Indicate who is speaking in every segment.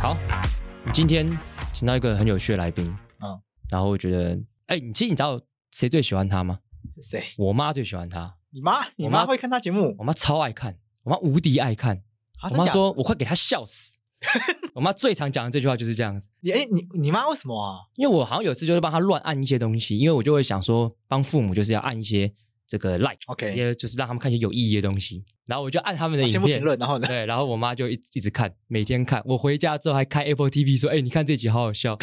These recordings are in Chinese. Speaker 1: 好，你今天请到一个很有趣的来宾，嗯
Speaker 2: 嗯，
Speaker 1: 然后我觉得，哎、你其实你知道谁最喜欢他吗？
Speaker 2: 谁？
Speaker 1: 我妈最喜欢他，
Speaker 2: 你妈？你
Speaker 1: 我
Speaker 2: 妈
Speaker 1: 妈
Speaker 2: 会看他节目？
Speaker 1: 我妈超爱看，我妈无敌爱看，
Speaker 2: 啊
Speaker 1: 我
Speaker 2: 真
Speaker 1: 妈
Speaker 2: 假
Speaker 1: 说我快给她笑 死。我妈最常讲的这句话就是这样子，
Speaker 2: 你哎、你你妈为什么啊？
Speaker 1: 因为我好像有一次就是帮她乱按一些东西，因为我就会想说，帮父母就是要按一些这个 like，
Speaker 2: OK 啊
Speaker 1: 也就是让他们看一些有意义的东西，然后我就按他们的
Speaker 2: 先
Speaker 1: 影
Speaker 2: 不
Speaker 1: 片
Speaker 2: 评。论，然后呢？
Speaker 1: 对，然后我妈就一一直看，每天看。我回家之后还开 Apple TV 说：“哎、你看这集好好笑。”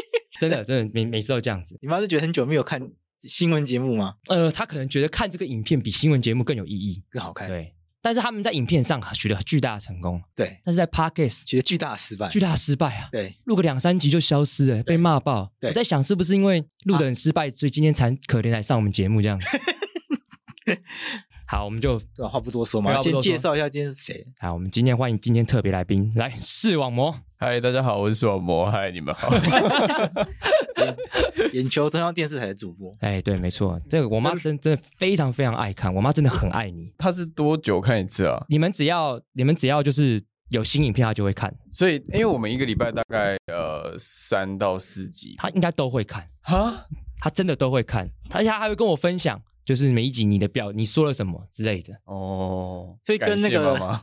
Speaker 1: 真的，真的，每每次都这样子。
Speaker 2: 你妈是觉得很久没有看新闻节目吗？
Speaker 1: 呃，她可能觉得看这个影片比新闻节目更有意义，
Speaker 2: 更好看，
Speaker 1: 对。但是他们在影片上取得巨大的成功，
Speaker 2: 对，
Speaker 1: 但是在 Podcast
Speaker 2: 觉得巨大的失败，
Speaker 1: 巨大的失败啊，
Speaker 2: 对，
Speaker 1: 录个两三集就消失了，被骂爆。
Speaker 2: 对
Speaker 1: 我在想是不是因为录的很失败，所以今天才可怜来上我们节目这样 子。好，我们就
Speaker 2: 对吧？话不多说
Speaker 1: 对
Speaker 2: 嘛，
Speaker 1: 话不
Speaker 2: 先
Speaker 1: 多说
Speaker 2: 介绍一下今天是谁。
Speaker 1: 好，我们今天欢迎今天特别来宾来视网膜。
Speaker 3: 嗨，大家好，我是视网膜。嗨，你们好。
Speaker 2: 眼球中央电视台的主 播，
Speaker 1: 哎，对，没错，这个我妈真真的非常非常爱看，我妈真的很爱你。
Speaker 3: 他是多久看一次啊？
Speaker 1: 你们只要你们只要就是有新影片，她就会看，
Speaker 3: 所以，因为我们一个礼拜大概呃三到四集。
Speaker 1: 她应该都会看，
Speaker 3: 哈，
Speaker 1: 她真的都会看，她而且她还会跟我分享，就是每一集你的表你说了什么之类的。
Speaker 3: 哦，
Speaker 2: 所以跟那个
Speaker 3: 感谢妈妈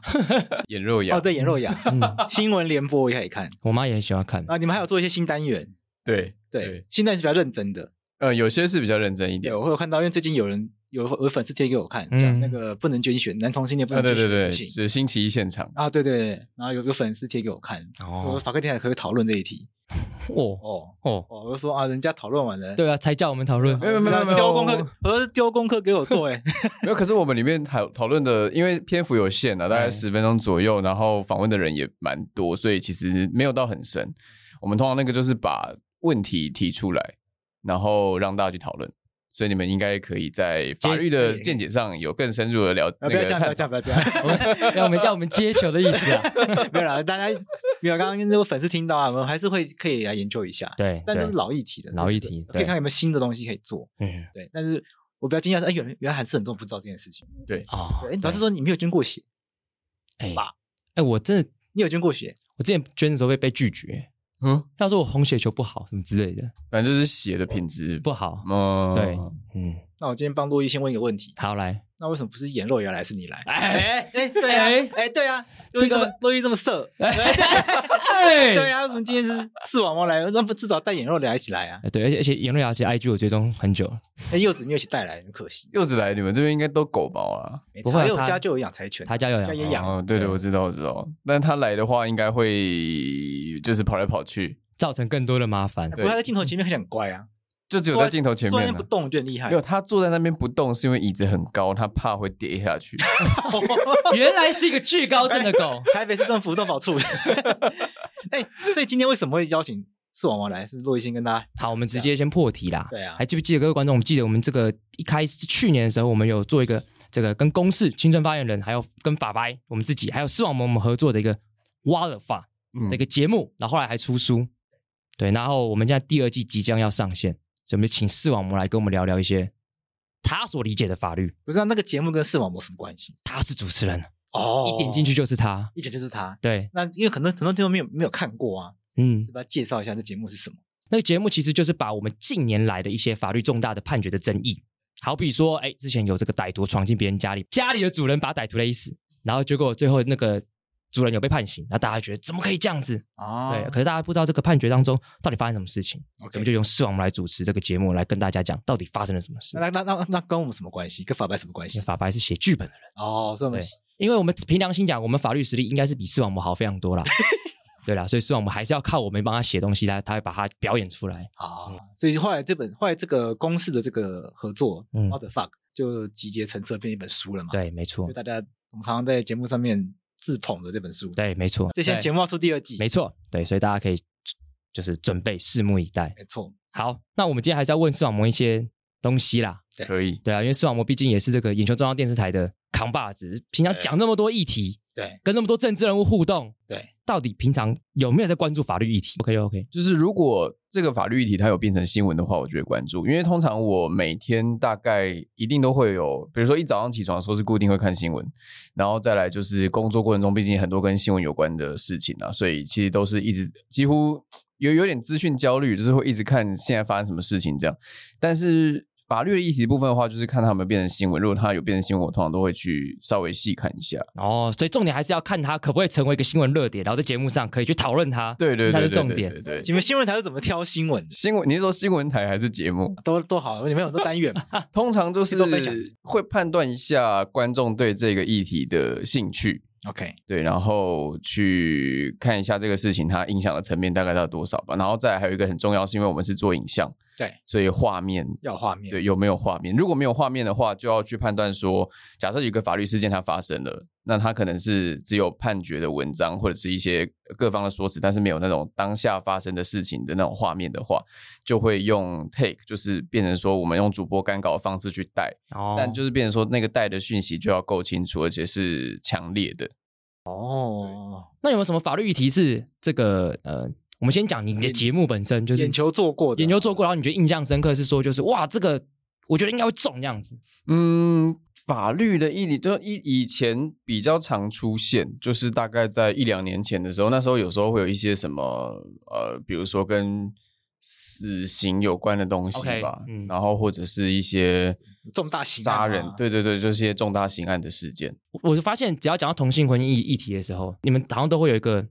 Speaker 3: 眼肉痒
Speaker 2: 哦，，对，眼 肉痒，
Speaker 1: 嗯，
Speaker 2: 新闻联播我也可以看
Speaker 1: 我妈也很喜欢看。
Speaker 2: 啊。你们还有做一些新单元，
Speaker 3: 对
Speaker 2: 对，，新单元是比较认真的。
Speaker 3: 呃，有些是比较认真一
Speaker 2: 对，
Speaker 3: 点。
Speaker 2: 我会有看到，因为最近有人有有粉丝贴给我看，讲
Speaker 1: 嗯
Speaker 2: 那个不能捐血，男同性恋不
Speaker 3: 啊，
Speaker 2: 能
Speaker 3: 对
Speaker 2: 捐血
Speaker 3: 对
Speaker 2: 的
Speaker 3: 对，
Speaker 2: 事情
Speaker 3: 是星期一现场。
Speaker 2: 啊，对对对。然后有个粉丝贴给我看，
Speaker 1: 哦
Speaker 2: 说法克电台可不可以讨论这一题？
Speaker 1: 哦
Speaker 2: 哦
Speaker 1: 哦，
Speaker 2: 哦，我就说啊，人家讨论完了，
Speaker 1: 对啊，才叫我们讨 论
Speaker 3: 没。有没有没有
Speaker 2: 丢功课，我说是丢功课给我做哎、
Speaker 3: 没有，可是我们里面讨讨论的，因为篇幅有限啊，大概
Speaker 1: 嗯
Speaker 3: 十分钟左右，然后访问的人也蛮多，所以其实没有到很深。我们通常那个就是把问题提出来，然后让大家去讨论。所以你们应该可以在法律的见解上有更深入的了
Speaker 2: 啊，
Speaker 3: 那
Speaker 2: 不要
Speaker 3: 个
Speaker 2: 这样，不要
Speaker 3: 看
Speaker 2: 这
Speaker 3: 法。
Speaker 2: 样，不要这样，
Speaker 1: 我们要我们要我们接球的意思啊。
Speaker 2: 没有啦，大家没有刚刚那个粉丝听到啊，我们还是会可以来研究一下，
Speaker 1: 对，
Speaker 2: 但这
Speaker 1: 对
Speaker 2: 是老议题的，
Speaker 1: 老
Speaker 2: 所以
Speaker 1: 议
Speaker 2: 这个
Speaker 1: 题
Speaker 2: 可以
Speaker 1: 对
Speaker 2: 看有没有新的东西可以做，
Speaker 1: 嗯
Speaker 2: 对，但是。我比较惊讶是，哎，原来原来还是很多人不知道这件事情。
Speaker 1: 哦
Speaker 2: 对，哎，老师说你没有捐过血，
Speaker 1: 哎
Speaker 2: 吧
Speaker 1: 哎，我真的
Speaker 2: 你有捐过血？
Speaker 1: 我之前捐的时候被被拒绝，
Speaker 3: 嗯，
Speaker 1: 他说我红血球不好什么之类的，
Speaker 3: 反正就是血的品质
Speaker 1: 不。
Speaker 2: 哦
Speaker 1: 好。
Speaker 3: 嗯，
Speaker 1: 对，嗯，
Speaker 2: 那我今天帮洛伊先问一个问题，
Speaker 1: 好来，
Speaker 2: 那为什么不是演肉原来是你来？
Speaker 1: 哎
Speaker 2: 哎哎，对啊
Speaker 1: 哎，
Speaker 2: 哎对啊，
Speaker 1: 这
Speaker 2: 洛伊这么
Speaker 1: 个
Speaker 2: 洛伊这么色，
Speaker 1: 哎
Speaker 2: 对啊，为什么今天是视网膜来？那不至少带眼肉来一起来啊？
Speaker 1: 哎对，而且而且严瑞雅其实 IG 我追踪很久了，
Speaker 2: 哎，柚子没有一起带来，很可惜。
Speaker 3: 柚子来，你们这边应该都狗毛啊。
Speaker 2: 没
Speaker 1: 不
Speaker 2: 差，
Speaker 1: 会啊
Speaker 2: 因为我
Speaker 1: 他
Speaker 2: 家就有养柴犬，
Speaker 1: 他家有
Speaker 2: 家也
Speaker 1: 养，
Speaker 2: 养啊
Speaker 3: 哦，对对，
Speaker 1: 对
Speaker 3: 我知道，我知道。但他来的话，应该会就是跑来跑去，
Speaker 1: 造成更多的麻烦
Speaker 2: 哎。不 过他在镜头前面看起来很乖啊，
Speaker 3: 就只有在镜头前
Speaker 2: 突然
Speaker 3: 面
Speaker 2: 间
Speaker 3: 啊
Speaker 2: 不动就很厉害，
Speaker 3: 没。有，他坐在那边不动，是因为椅子很高，他怕会跌下去。
Speaker 1: 原来是一个惧高症的狗
Speaker 2: 台北市政府动保处， 哎，所以今天为什么会邀请视网膜来？是洛伊先跟大家
Speaker 1: 好，我们直接先破题啦。
Speaker 2: 对啊
Speaker 1: 还记不记得各位观众？我们记得我们这个一开始去年的时候，我们有做一个这个跟公视青春发言人，还有跟法白我们自己，还有视网膜我们合作的一个挖了法
Speaker 3: 嗯
Speaker 1: 的一，个节目，然后后来还出书。对，然后我们现在第二季即将要上线，所以我们就请视网膜来跟我们聊聊一些他所理解的法律。
Speaker 2: 不知道那个节目跟视网膜什么关系？
Speaker 1: 他是主持人，
Speaker 2: 哦
Speaker 1: 一点进去就是他。
Speaker 2: 一点就是他，
Speaker 1: 对，
Speaker 2: 那因为很多很多听众没有没有看过啊，
Speaker 1: 嗯
Speaker 2: 是，不是要介绍一下这节目是什么？
Speaker 1: 那个节目其实就是把我们近年来的一些法律重大的判决的争议，好比说，哎，之前有这个歹徒闯进别人家里，家里的主人把歹徒勒死，然后结果最后那个主人有被判刑，然后大家觉得怎么可以这样子？
Speaker 2: 哦
Speaker 1: 对，可是大家不知道这个判决当中到底发生什么事情，
Speaker 2: OK
Speaker 1: 我们就用视网膜来主持这个节目，来跟大家讲到底发生了什么事。
Speaker 2: 那那那那那跟我们什么关系？跟法白什么关系？
Speaker 1: 法白是写剧本的人，
Speaker 2: 哦，这么
Speaker 1: 对因为我们凭良心讲，我们法律实力应该是比视网膜好非常 多啦。对啦，所以视网膜还是要靠我们帮他写东西，他他会把它表演出来。
Speaker 2: 啊，所以后来这本后来这个公式的这个合作，
Speaker 1: 嗯
Speaker 2: 嗯，What the fuck 就集结成册变一本书了嘛？，
Speaker 1: 对，没错
Speaker 2: 就，大家我们常常在节目上面自捧的这本书。，
Speaker 1: 对，没错，
Speaker 2: 这现在节目要出第二季，
Speaker 1: 没错，对，所以大家可以就是准备，拭目以待。
Speaker 2: 没错，
Speaker 1: 好，那我们今天还是要问视网膜一些东西啦。
Speaker 3: 可以，
Speaker 1: 对啊，因为视网膜毕竟也是这个眼球中央电视台的扛把子，平常讲那么多议题，
Speaker 2: 对
Speaker 1: 跟那么多政治人物互动，
Speaker 2: 对，
Speaker 1: 到底平常有没有在关注法律议题？OK OK，
Speaker 3: 就是如果这个法律议题它有变成新闻的话，我就会关注，因为通常我每天大概一定都会有，比如说一早上起床的时候是固定会看新闻，然后再来就是工作过程中，毕竟很多跟新闻有关的事情啊，所以其实都是一直几乎有有点资讯焦虑，就是会一直看现在发生什么事情这样。但是法律的议题部分的话，就是看他们变成新闻，如果它有变成新闻，我通常都会去稍微细看一下。
Speaker 1: 哦，所以重点还是要看它可不可以成为一个新闻热点，然后在节目上可以去讨论它。
Speaker 3: 对对
Speaker 1: 它
Speaker 3: 对
Speaker 1: 是
Speaker 3: 对
Speaker 1: 重
Speaker 3: 对
Speaker 1: 点
Speaker 3: 对对
Speaker 2: 你们新闻台是怎么挑新闻的？
Speaker 3: 新闻，你是说新闻台还是节目？
Speaker 2: 都都好，你们有很多 单元嘛？
Speaker 3: 通常就
Speaker 2: 可以多分享
Speaker 3: 是会判断一下观众对这个议题的兴趣，
Speaker 2: OK，
Speaker 3: 对，然后去看一下这个事情它影响的层面大概到多少吧。然后再来还有一个很重要，是因为我们是做影像，
Speaker 2: 对，
Speaker 3: 所以画面
Speaker 2: 要有画面，
Speaker 3: 对有没有画面？如果没有画面的话，就要去判断说，假设有一个法律事件它发生了，那它可能是只有判决的文章或者是一些各方的说辞，但是没有那种当下发生的事情的那种画面的话，就会用 take，就是变成说我们用主播干稿的方式去带。
Speaker 1: 哦，
Speaker 3: 但就是变成说那个带的讯息就要够清楚，而且是强烈的。
Speaker 2: 哦，
Speaker 1: 那有没有什么法律议题是这个呃，我们先讲你的节目本身就是
Speaker 2: 眼球做过的，
Speaker 1: 研究做过，然后你觉得印象深刻是说就是哇，这个我觉得应该会中这样子。
Speaker 3: 嗯，法律的议题就以以前比较常出现，就是大概在一两年前的时候，那时候有时候会有一些什么呃，比如说跟死刑有关的东西
Speaker 1: OK，
Speaker 3: 吧
Speaker 1: 嗯
Speaker 3: 然后或者是一些
Speaker 2: 重大刑案
Speaker 3: 杀人
Speaker 2: 嘛，
Speaker 3: 对对对，就是一些重大刑案的事件。
Speaker 1: 我我就发现，只要讲到同性婚姻议议题的时候，你们好像都会有一个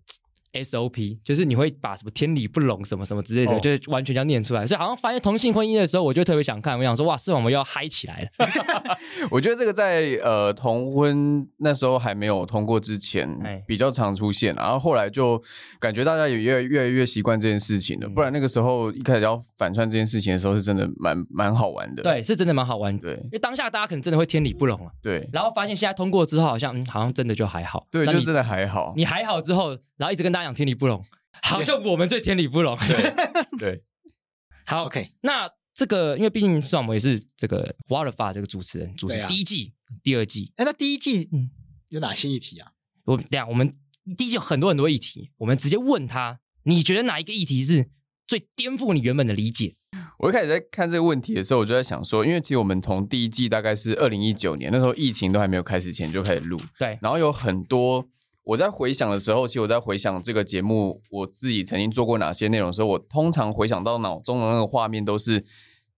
Speaker 1: SOP，就是你会把什么天理不容什么什么之类的，
Speaker 3: 哦
Speaker 1: 就是完全这样念出来。所以好像发现同性婚姻的时候，我就特别想看，我想说哇，是我们又要嗨起来 了。
Speaker 3: 我觉得这个在呃同婚那时候还没有通过之
Speaker 1: 哎
Speaker 3: 前，比较常出现，然后后来就感觉大家也越越来越习惯这件事情了。
Speaker 1: 嗯
Speaker 3: 不然那个时候一开始要反串这件事情的时候，是真的蛮蛮好玩的。
Speaker 1: 对，是真的蛮好玩的。
Speaker 3: 对
Speaker 1: 因为当下大家可能真的会天理不容啊，
Speaker 3: 对
Speaker 1: 然后发现现在通过之后，好像嗯，好像真的就还好。
Speaker 3: 对，
Speaker 1: 那
Speaker 3: 就
Speaker 1: 你
Speaker 3: 真的还好。
Speaker 1: 你还好之后，然后一直跟大家讲天理不容，好像我们最天理不容。
Speaker 3: 对对，
Speaker 1: 好
Speaker 2: OK，
Speaker 1: 那这个，因为毕竟视网膜也是这个 w a l f a 这个主持人主持
Speaker 2: 对啊
Speaker 1: 第一季、第二季，
Speaker 2: 哎，那第一季
Speaker 1: 嗯
Speaker 2: 有哪些议题啊？
Speaker 1: 我等一下我们第一季有很多很多议题，我们直接问他，你觉得哪一个议题是最颠覆你原本的理解？
Speaker 3: 我一开始在看这个问题的时候，我就在想说，因为其实我们从第一季大概是二零一九年那时候疫情都还没有开始前就开始录，
Speaker 1: 对，
Speaker 3: 然后有很多我在回想的时候，其实我在回想这个节目我自己曾经做过哪些内容的时候，我通常回想到脑中的那个画面都是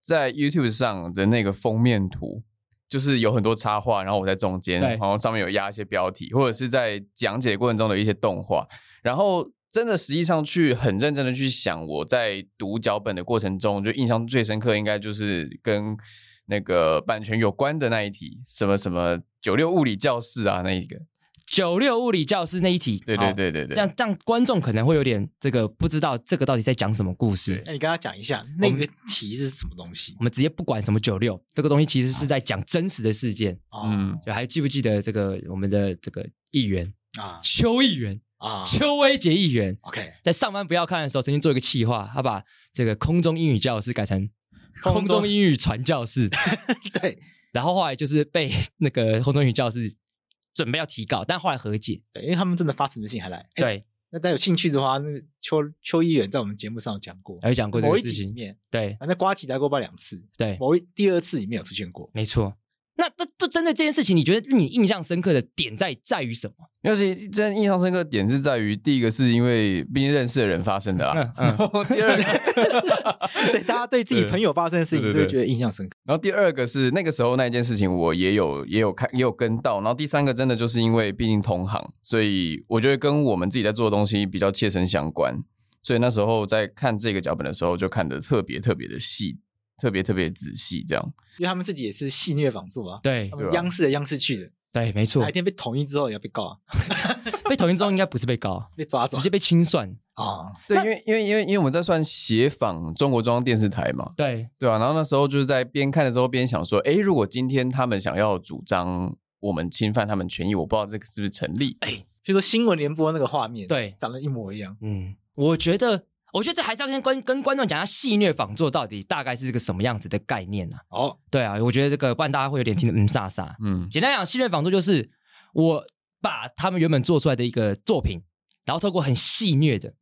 Speaker 3: 在 YouTube 上的那个封面图。就是有很多插画，然后我在中间，
Speaker 1: 对
Speaker 3: 然后上面有压一些标题，或者是在讲解过程中的一些动画，然后真的实际上去很认真的去想，我在读脚本的过程中，就印象最深刻应该就是跟那个版权有关的那一题，什么什么九六物理教室啊那一个，
Speaker 1: 九六物理教室那一题，
Speaker 3: 对
Speaker 1: 好
Speaker 3: 对，对对对，
Speaker 1: 这样这样观众可能会有点这个不知道这个到底在讲什么故事。
Speaker 2: 那你跟他讲一下那个题是什么东西
Speaker 1: 我？们直接不管什么九六，这个东西其实是在讲真实的事件。
Speaker 2: 哦
Speaker 3: 嗯，
Speaker 1: 就还记不记得这个我们的这个议员
Speaker 2: 啊
Speaker 1: 邱议员
Speaker 2: 啊
Speaker 1: 邱威杰议员，
Speaker 2: ，OK，
Speaker 1: 在上班不要看的时候，曾经做一个企划，他把这个空中英语教室改成空
Speaker 2: 空中
Speaker 1: 中英语传教士，
Speaker 2: 对
Speaker 1: 然后后来就是被那个空中英语教室准备要提告，但后来和解。
Speaker 2: 对，因为他们真的发神经信还来。哎，
Speaker 1: 对，
Speaker 2: 那大家有兴趣的话，那个邱邱议员在我们节目上有讲过，
Speaker 1: 有讲过这
Speaker 2: 某
Speaker 1: 个
Speaker 2: 一
Speaker 1: 事
Speaker 2: 集里
Speaker 1: 情。
Speaker 2: 面，啊
Speaker 1: 对
Speaker 2: 反正瓜起来过报两次，
Speaker 1: 对，
Speaker 2: 某一第二次里面有出现过。
Speaker 1: 没错。那这就针对这件事情，你觉得你印象深刻的点在在于什么？
Speaker 3: 尤其真印象深刻的点是在于，第一个是因为毕竟认识的人发生的啊，
Speaker 1: 嗯
Speaker 3: 然 后第二个，
Speaker 2: 对，大家对自己朋友发生的事情
Speaker 3: 对对
Speaker 2: 都会
Speaker 3: 对
Speaker 2: 觉得印象深刻。
Speaker 3: 然后第二个是那个时候那一件事情，我也有也有看也有跟到。然后第三个真的就是因为毕竟同行，所以我觉得跟我们自己在做的东西比较切身相关，所以那时候在看这个脚本的时候，就看得特别特别的细，特别特别仔细。这样
Speaker 2: 因为他们自己也是戏虐仿作啊，
Speaker 1: 对
Speaker 2: 他们
Speaker 3: 对啊
Speaker 2: 央视的央视去的，
Speaker 1: 对，啊没错
Speaker 2: 哪一。天被统一之后也要被告啊，
Speaker 1: 被讨厌之后应该不是被 告，
Speaker 2: 被抓走
Speaker 1: 直接被清算。
Speaker 2: 啊。
Speaker 3: 对，因为因为因为因为我们在算协访中国中央电视台嘛，
Speaker 1: 对，
Speaker 3: 对啊，然后那时候就是在边看的时候边想说，诶，如果今天他们想要主张我们侵犯他们权益，我不知道这个是不是成立。
Speaker 1: 哎
Speaker 2: 比如说新闻联播那个画面，
Speaker 1: 对
Speaker 2: 长得一模一样。
Speaker 1: 嗯，我觉得，我觉得这还是要跟观跟观众讲一下戏虐仿作到底大概是个什么样子的概念啊？
Speaker 2: 哦，
Speaker 1: 对啊，我觉得这个不然大家会有点听得嗯飒飒。
Speaker 3: 嗯，
Speaker 1: 简单讲，戏虐仿作就是我把他们原本做出来的一个作品，然后透过很戏虐的，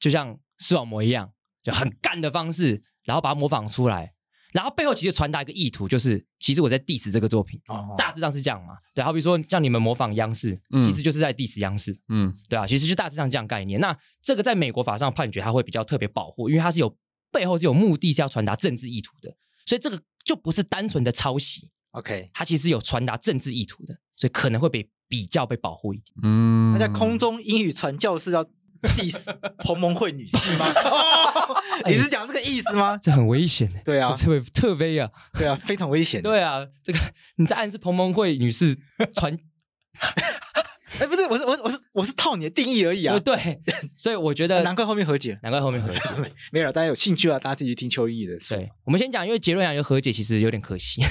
Speaker 1: 就像视网膜一样，就很干的方式，然后把它模仿出来，然后背后其实传达一个意图，就是其实我在 diss 这个作品。
Speaker 2: 哦
Speaker 1: 大致上是这样嘛，对，好比说像你们模仿央视，
Speaker 3: 嗯
Speaker 1: 其实就是在 diss 央视，
Speaker 3: 嗯
Speaker 1: 对啊，其实就大致上这样概念。那这个在美国法上判决，它会比较特别保护，因为它是有背后是有目的是要传达政治意图的，所以这个就不是单纯的抄袭，
Speaker 2: OK，
Speaker 1: 它其实有传达政治意图的，所以可能会被比较被保护一点。
Speaker 3: 嗯
Speaker 2: 那在空中英语传教士要 diss 彭蒙惠女士吗？哦你是讲这个意思吗？
Speaker 1: 这很危险的，
Speaker 2: 对啊
Speaker 1: 特别特悲啊，
Speaker 2: 对啊，非常危险。，
Speaker 1: 对啊，这个你在暗示彭彭慧女士 传。
Speaker 2: 哎，不是，我是我是我是我是套你的定义而已啊
Speaker 1: 呃对，所以我觉得
Speaker 2: 难怪后面和解了，
Speaker 1: 难怪后面和解。
Speaker 2: 没有了，大家有兴趣啊，大家自己去听邱毅的说法。
Speaker 1: 对，我们先讲，因为结论讲，就和解其实有点可 惜。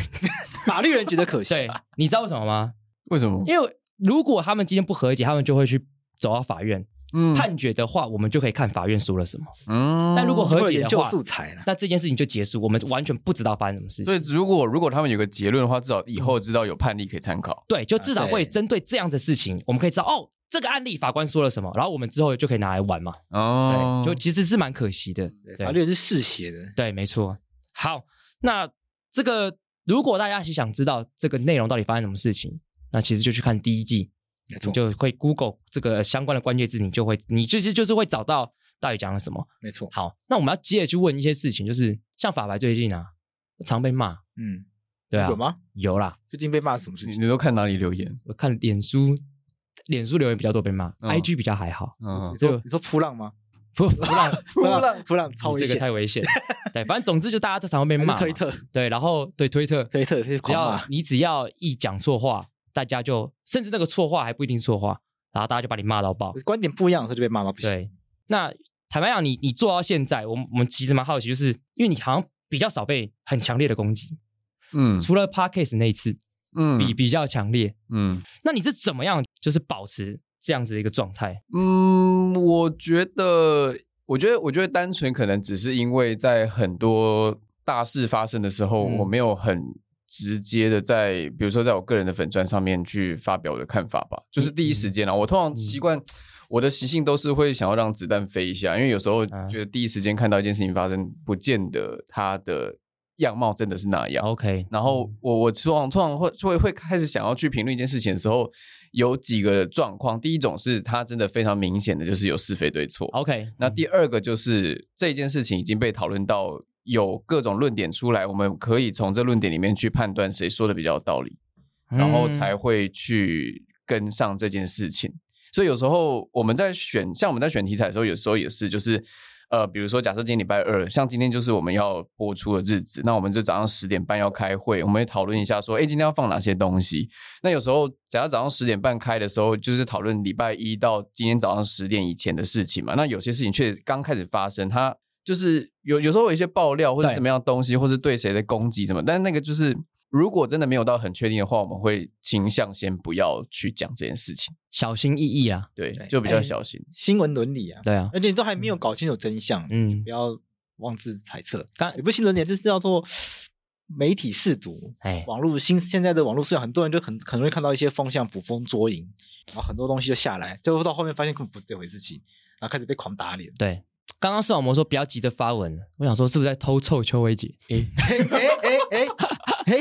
Speaker 2: 法律人觉得可惜，
Speaker 1: 对，你知道为什么吗？
Speaker 3: 为什么？
Speaker 1: 因为如果他们今天不和解，他们就会去走到法院
Speaker 3: 嗯
Speaker 1: 判决的话，我们就可以看法院说了什么。
Speaker 3: 嗯
Speaker 1: 但如果
Speaker 2: 会有
Speaker 1: 和解
Speaker 2: 研
Speaker 1: 的
Speaker 2: 究
Speaker 1: 话，
Speaker 2: 素材了。
Speaker 1: 那这件事情就结束，我们完全不知道发生什么事
Speaker 3: 所
Speaker 1: 情。
Speaker 3: 以如果如果他们有个结论的话，至少以后知道有判例可以参考。
Speaker 1: 对，就至少
Speaker 2: 啊对
Speaker 1: 会针对这样的事情，我们可以知道哦，这个案例法官说了什么，然后我们之后就可以拿来玩嘛。
Speaker 3: 哦
Speaker 1: 对，就其实是蛮可惜的。
Speaker 2: 对，
Speaker 1: 对
Speaker 2: 法律人是嗜血的。
Speaker 1: 对，没错。好，那这个如果大家是想知道这个内容到底发生什么事情，那其实就去看第一季，
Speaker 2: 没
Speaker 1: 你
Speaker 2: 错，
Speaker 1: 就会 Google 这个相关的关键字，你就会，你其实就是会找到到底讲了什么。
Speaker 2: 没错。
Speaker 1: 好，那我们要接着去问一些事情，就是像法白最近啊，常被骂，
Speaker 2: 嗯，
Speaker 1: 对啊，
Speaker 2: 有？吗？
Speaker 1: 有啦，
Speaker 2: 最近被骂是什么事
Speaker 3: 你
Speaker 2: 情？
Speaker 3: 你都看哪里留言？
Speaker 1: 我看脸书，脸书留言比较多被骂、
Speaker 3: 嗯
Speaker 1: i g 比较还好。
Speaker 3: 嗯
Speaker 2: 你，说
Speaker 1: 就
Speaker 2: 你说扑浪吗？
Speaker 1: 不不 让
Speaker 2: 扑浪扑浪超危
Speaker 1: 你这个
Speaker 2: 险，
Speaker 1: 太危险。对，反正总之就大家都常会被骂嘛。
Speaker 2: 还是推特
Speaker 1: 对，然后对推特，
Speaker 2: 推特推特
Speaker 1: 只
Speaker 2: 狂
Speaker 1: 要啊
Speaker 2: 骂，
Speaker 1: 你只要一讲错话，大家就甚至那个错话还不一定错话，然后大家就把你骂到爆。
Speaker 2: 观点不一样的时候就被骂到不行。
Speaker 1: 对，那坦白讲，你你做到现在，我们我们其实蛮好奇，就是因为你好像比较少被很强烈的攻击，
Speaker 3: 嗯
Speaker 1: 除了 podcast 那一次
Speaker 3: 嗯
Speaker 1: 比比较强烈。
Speaker 3: 嗯
Speaker 1: 那你是怎么样就是保持这样子的一个状态？
Speaker 3: 嗯，我觉得，我觉得，我觉得单纯可能只是因为在很多大事发生的时候，
Speaker 1: 嗯
Speaker 3: 我没有很直接的在，比如说在我个人的粉砖上面去发表我的看法吧，就是第一时间啊，我通常习惯。我的习性都是会想要让子弹飞一下，因为有时候觉得第一时间看到一件事情发生，不见得它的样貌真的是那样。
Speaker 1: OK，
Speaker 3: 然后我我通常通常会会会开始想要去评论一件事情的时候，有几个状况。第一种是它真的非常明显的就是有是非对错。
Speaker 1: OK，嗯
Speaker 3: 那第二个就是这件事情已经被讨论到有各种论点出来，我们可以从这论点里面去判断谁说的比较有道理，然
Speaker 1: 嗯
Speaker 3: 后才会去跟上这件事情。所以有时候我们在选，像我们在选题材的时候，有时候也是就是。呃，比如说，假设今天礼拜二，像今天就是我们要播出的日子，那我们就早上十点半要开会，我们也讨论一下说，哎，今天要放哪些东西？那有时候，假如早上十点半开的时候，就是讨论礼拜一到今天早上十点以前的事情嘛。那有些事情确实刚开始发生，它就是有有时候有一些爆料或者
Speaker 1: 对
Speaker 3: 什么样的东西，或是对谁的攻击什么，但是那个就是如果真的没有到很确定的话，我们会倾向先不要去讲这件事情，
Speaker 1: 小心翼翼啊，
Speaker 3: 对，
Speaker 2: 对哎
Speaker 3: 就比较小 心。
Speaker 2: 新闻伦理啊，
Speaker 1: 对啊，
Speaker 2: 而且你都还没有搞清楚真相，
Speaker 1: 嗯
Speaker 2: 不，要妄自揣测。
Speaker 1: 刚
Speaker 2: 也不是新伦理，这是叫做媒体试读。
Speaker 1: 哎，。
Speaker 2: 网络新现在的网络市场，很多人就很很容易看到一些风向捕风捉影，然后很多东西就下来，最后到后面发现根本不是这回事情，然后开始被狂打脸
Speaker 1: 对，刚刚视网膜说不要急着发文，我想说是不是在偷臭邱薇姐？
Speaker 2: 哎哎哎哎哎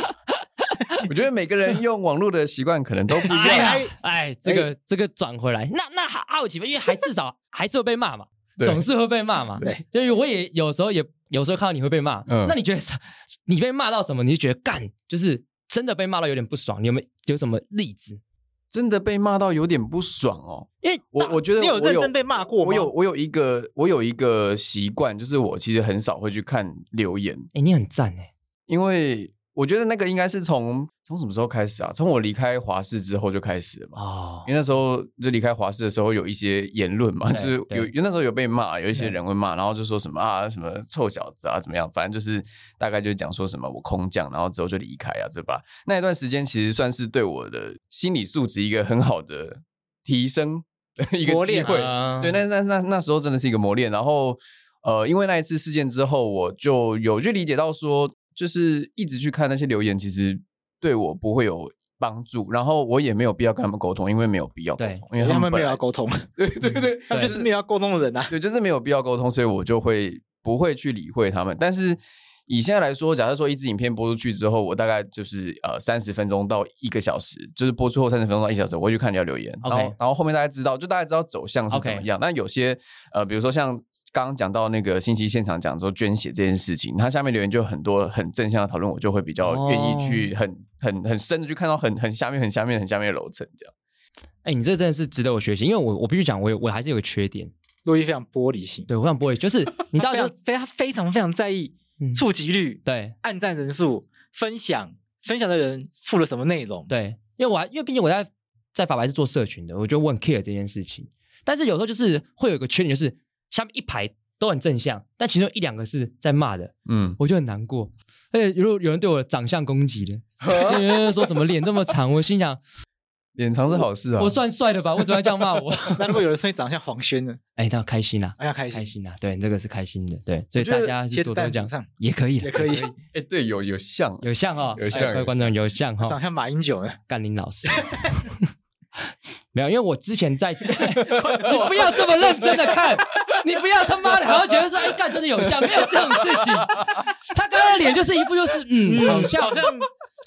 Speaker 2: 哎，
Speaker 3: 我觉得每个人用网络的习惯可能都不 一
Speaker 1: 哎
Speaker 3: 样。
Speaker 1: 呀，哎，这个这个转回来，那那还好奇吧，因为还至少还是会被骂嘛，
Speaker 3: 对
Speaker 1: 总是会被骂嘛。
Speaker 2: 哎
Speaker 1: 所
Speaker 2: 对，
Speaker 1: 以我也有时候也有时候看到你会被骂，
Speaker 3: 嗯
Speaker 1: 那你觉得啥 你被骂到什么？你就觉得干，就是真的被骂到有点不爽。你有没有有什么例子？
Speaker 3: 真的被骂到有点不爽哦。
Speaker 1: 因为
Speaker 3: 我我觉得
Speaker 2: 你有
Speaker 3: 我
Speaker 2: 认真被骂过吗
Speaker 3: 我有我有一个我有一个习惯，就是我其实很少会去看留言，
Speaker 1: 哎，你很赞哎，
Speaker 3: 因为我觉得那个应该是从从什么时候开始啊？从我离开华视之后就开始了嘛。
Speaker 1: 哦
Speaker 3: 因，为那时候就离开华视的时候，有一些言论嘛，
Speaker 1: 对
Speaker 3: 就是有
Speaker 1: 对
Speaker 3: 有那时候有被骂，有一些
Speaker 1: 对
Speaker 3: 人会骂，然后就说什么啊什么臭小子啊怎么样，反正就是大概就是讲说什么我空降，然后之后就离开啊，这吧？那一段时间其实算是对我的心理素质一个很好的提升， 一个
Speaker 2: 磨
Speaker 3: 机
Speaker 2: 练
Speaker 3: 会。
Speaker 1: 啊
Speaker 3: 对，那那那那时候真的是一个磨练。然后呃，因为那一次事件之后，我就有去理解到说，就是一直去看那些留言，其实对我不会有帮助。然后我也没有必要跟他们沟通，因为没有必要沟
Speaker 1: 对
Speaker 3: 通，因 为
Speaker 2: 他们没
Speaker 3: 本
Speaker 2: 有
Speaker 3: 来
Speaker 2: 要沟通，
Speaker 3: 对对对，
Speaker 2: 他们就是没有要沟通的人啊。
Speaker 3: 对，就是没有必要沟通，所以我就会不会去理会他们。但是以现在来说，假设说一支影片播出去之后，我大概就是呃三十分钟到一个小时，就是播出后三十分钟到一小时，我会去看人家留言
Speaker 1: OK
Speaker 3: 然后然后后面大家知道，就大家知道走向是怎么
Speaker 1: OK
Speaker 3: 样。那有些呃，比如说像刚刚讲到那个信息现场讲说捐血这件事情，它下面留言就有很多很正向的讨论，我就会比较愿意去
Speaker 1: 哦
Speaker 3: 很、很很深的去看到很很下面很下面很下面的楼层这样。
Speaker 1: 哎，你这真的是值得我学习，因为我我必须讲，我有我还是有个缺点，
Speaker 2: 洛伊非常玻璃心，
Speaker 1: 对我想不会， 就是你知道
Speaker 2: 他非
Speaker 1: 就
Speaker 2: 常非他非常非常在意
Speaker 1: 嗯
Speaker 2: 触及率、
Speaker 1: 对
Speaker 2: 按赞人数、分享、分享的人附了什么内容。
Speaker 1: 对，因为我还因为毕竟我在在法白是做社群的，我就问 care 这件事情。但是有时候就是会有一个缺点，就是下面一排都很正向，但其中一两个是在骂的，
Speaker 3: 嗯，
Speaker 1: 我就很难过。而且如果有人对我的长相攻击的，就有人说什么脸这么长，我心想
Speaker 3: 脸长是好事啊
Speaker 1: 我算帅的吧，为什么要这样骂 我？
Speaker 2: 那如果有人说你长得像黄轩呢？
Speaker 1: 哎，那开心啦、
Speaker 2: 哎呀，开心
Speaker 1: 开，心啦、啊对，这个是开心的，对，所以
Speaker 3: 我觉
Speaker 1: 大
Speaker 3: 得
Speaker 1: 家
Speaker 2: 贴
Speaker 1: 是
Speaker 2: 子
Speaker 1: 多
Speaker 2: 弹
Speaker 1: 多
Speaker 2: 纸
Speaker 1: 讲
Speaker 2: 上
Speaker 1: 也可以啦啊
Speaker 2: 也，可以。
Speaker 3: 哎、对，有有像啊
Speaker 1: 有像哦，
Speaker 3: 有像
Speaker 1: 哎各位观众有像哈、
Speaker 2: 长得像马英九呢？
Speaker 1: 甘霖老师。没有，因为我之前在， 你不要这么认真的看，你不要他妈的好像觉得说，哎，干真的有像，没有这种事情。他刚刚的脸就是一副就是，嗯，好像
Speaker 2: 好像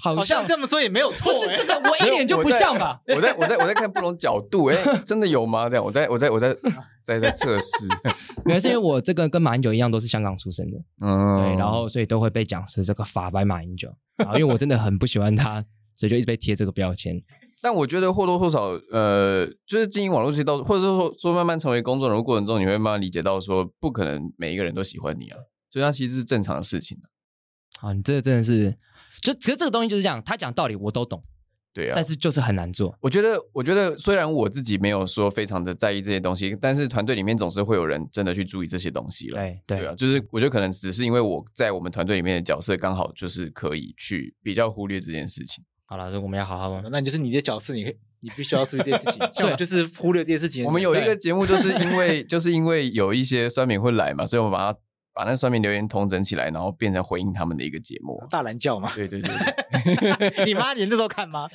Speaker 1: 好
Speaker 2: 好
Speaker 1: 像
Speaker 2: 哦像这么说也没有错
Speaker 1: 不。是
Speaker 2: 哎
Speaker 1: 这个，我一点就不像吧？
Speaker 3: 我在我在我在看不同角度，哎、真的有吗？这样，我在我在 我在在在测试，
Speaker 1: 原来是因为我这个跟马英九一样都是香港出生的，
Speaker 3: 嗯，
Speaker 1: 对，然后所以都会被讲是这个法白马英九，然后因为我真的很不喜欢他，所以就一直被贴这个标签。
Speaker 3: 但我觉得或多或少，呃，就是经营网络这道，或者说说慢慢成为公众人物过程中，你会慢慢理解到说，不可能每一个人都喜欢你啊，所以它其实是正常的事情啊、
Speaker 1: 啊，你这个真的是，就可是这个东西就是这样，他讲道理我都懂，
Speaker 3: 对啊
Speaker 1: 但。是就是很难做。
Speaker 3: 我觉得，我觉得虽然我自己没有说非常的在意这些东西，但是团队里面总是会有人真的去注意这些东西了。
Speaker 1: 对
Speaker 3: 对啊，就是我觉得可能只是因为我在我们团队里面的角色刚好就是可以去比较忽略这件事
Speaker 2: 嗯
Speaker 3: 情。
Speaker 1: 好了，所以我们要好好
Speaker 2: 哦那你就是你的角色，你可以你必须要注意这些事情。像我
Speaker 1: 对
Speaker 2: 就是忽略这些事情的人。
Speaker 3: 我们有一
Speaker 1: 对
Speaker 3: 个节目，就是因为就是因为有一些酸民会来嘛，所以我们把它把那酸民留言统整起来，然后变成回应他们的一个节目。
Speaker 2: 大懒觉
Speaker 3: ？
Speaker 2: 嘛
Speaker 3: 对对对对，
Speaker 2: 你妈连这都看吗？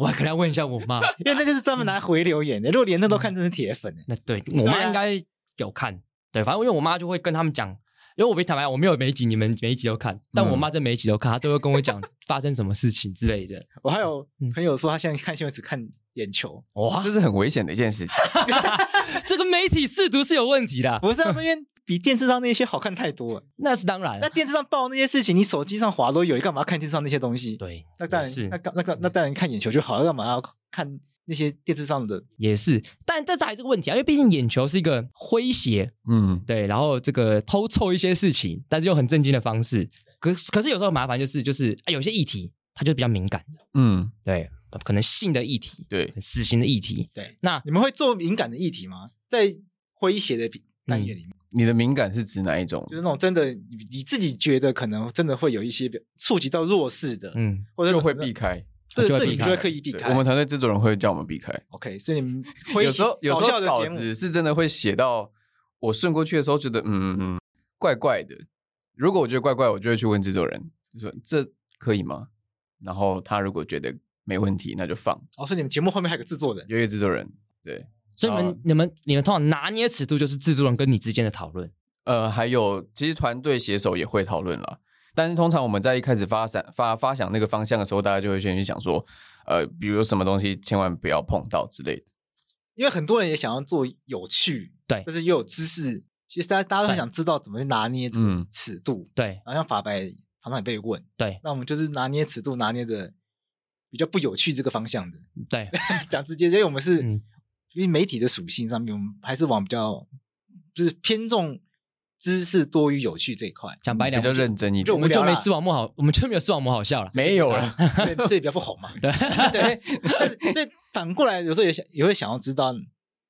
Speaker 1: 我还可能要问一下我妈。
Speaker 2: 因为那就是专门拿来回留言的。如果连那都看，真是铁粉哎。
Speaker 1: 那对我
Speaker 2: 对
Speaker 1: 妈
Speaker 2: 啊
Speaker 1: 应该有看，对，反正因为我妈就会跟他们讲，因为我被坦白，我没有每一集你们每一集都看，但我妈这每一集都看，她都会跟我讲发生什么事情之类的。
Speaker 2: 我还有
Speaker 1: 嗯
Speaker 2: 朋友说，他现在看新闻只看眼球，
Speaker 1: 哇，
Speaker 3: 这是很危险的一件事情。
Speaker 1: 这个媒体试读是有问题的啊，
Speaker 2: 不是啊，因为比电视上那些好看太多了。
Speaker 1: 那是当然
Speaker 2: 那
Speaker 1: 啊。
Speaker 2: 电视上报那些事情，你手机上滑都有，你干嘛看电视上那些东西？
Speaker 1: 对，
Speaker 2: 那当
Speaker 1: 也
Speaker 2: 然
Speaker 1: 是，
Speaker 2: 那当那个那当然看眼球就好，干嘛要看那些电视上的？
Speaker 1: 也是，但但这还是个问题啊，因为毕竟眼球是一个诙谐，
Speaker 3: 嗯，
Speaker 1: 对，然后这个偷凑一些事情，但是用很正经的方式。可可是有时候麻烦就是就是、啊，有些议题它就是比较敏感的，
Speaker 3: 嗯，
Speaker 1: 对，可能性的议题，
Speaker 3: 对，
Speaker 1: 死刑的议题，
Speaker 2: 对，
Speaker 1: 那
Speaker 2: 你们会做敏感的议题吗？在诙谐的单
Speaker 3: 嗯
Speaker 2: 元里面，
Speaker 3: 你的敏感是指哪一种？
Speaker 2: 就是那种真的你你自己觉得可能真的会有一些比较触及到弱势的，
Speaker 1: 嗯，
Speaker 2: 或者
Speaker 3: 就会避，开。
Speaker 2: 这
Speaker 1: 就会
Speaker 2: 这你
Speaker 1: 避开
Speaker 2: 们就会刻意避
Speaker 3: 对
Speaker 2: 开。
Speaker 3: 我们团队制作人会叫我们避开。
Speaker 2: OK，所以你们诙
Speaker 3: 有时候
Speaker 2: 谐
Speaker 3: 有
Speaker 2: 搞
Speaker 3: 时
Speaker 2: 笑
Speaker 3: 候
Speaker 2: 的
Speaker 3: 稿
Speaker 2: 节目
Speaker 3: 子是真的会写到我顺过去的时候，觉得嗯嗯怪怪的。如果我觉得怪怪，我就会去问制作人，就说这可以吗？然后他如果觉得没问题，那就放。
Speaker 2: 哦，所以你们节目后面还有个制作人，
Speaker 3: 约约制作人，对，
Speaker 1: 所以你们、
Speaker 3: 啊
Speaker 2: 哦
Speaker 1: 你们你们通常拿捏尺度就是制作人跟你之间的讨论
Speaker 3: 呃，还有其实团队写手也会讨论啦。但是通常我们在一开始发散发发想那个方向的时候，大家就会先去想说，呃，比如什么东西千万不要碰到之类的。
Speaker 2: 因为很多人也想要做有趣，
Speaker 1: 对
Speaker 2: 但是又有知识。其实大家大家都很
Speaker 1: 对
Speaker 2: 想知道怎么去拿捏这
Speaker 3: 嗯
Speaker 2: 个尺度，
Speaker 1: 对
Speaker 2: 然后像法白常常也被问，
Speaker 1: 对
Speaker 2: 那我们就是拿捏尺度拿捏的比较不有趣这个方向的。
Speaker 1: 对，
Speaker 2: 讲直接，因为我们是、
Speaker 1: 嗯
Speaker 2: 因为媒体的属性上面，我们还是往比较就是偏重知识多于有趣这一块，
Speaker 1: 讲白一
Speaker 3: 比
Speaker 1: 点，
Speaker 3: 较认真一
Speaker 2: 就
Speaker 1: 我
Speaker 3: 点，
Speaker 1: 们就
Speaker 2: 无聊
Speaker 1: 没
Speaker 2: 啦
Speaker 1: 视网膜好，我们就没有视网膜好笑 了。
Speaker 3: 没有了。
Speaker 2: 所以所以比较不红 嘛。
Speaker 1: 对
Speaker 2: 对，但是所以反过来，有时候也想也会想要知道，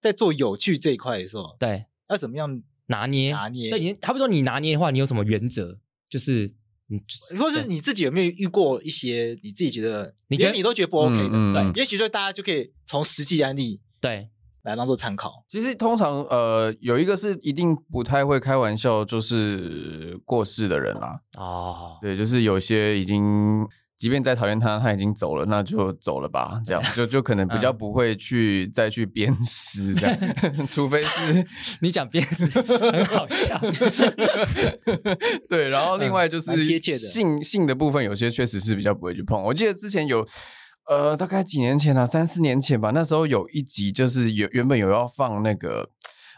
Speaker 2: 在做有趣这一块的时候，
Speaker 1: 对，
Speaker 2: 要怎么样
Speaker 1: 拿捏，
Speaker 2: 拿捏
Speaker 1: 对，你他不说你拿捏的话，你有什么原则？就是你
Speaker 2: 或是你自己有没有遇过一些你自己觉得
Speaker 1: 你觉
Speaker 2: 连
Speaker 1: 得
Speaker 2: 你都觉得不 OK 的？
Speaker 3: 嗯
Speaker 1: 对
Speaker 2: 也许就大家就可以从实际案例
Speaker 1: 对
Speaker 2: 来当做参考。
Speaker 3: 其实通常呃，有一个是一定不太会开玩笑，就是过世的人啦。
Speaker 1: 哦，
Speaker 3: 对，就是有些已经，即便再讨厌他，他已经走了，那就走了吧，这样就就可能比较不会去、再去鞭尸这样， 除非是
Speaker 1: 你讲鞭尸很好笑，
Speaker 3: 对，然后另外就是
Speaker 2: 蛮贴切的
Speaker 3: 性性的部分，有些确实是比较不会去碰。我记得之前有，呃，大概几年前啊，三四年前吧，那时候有一集就是有原本有要放那个。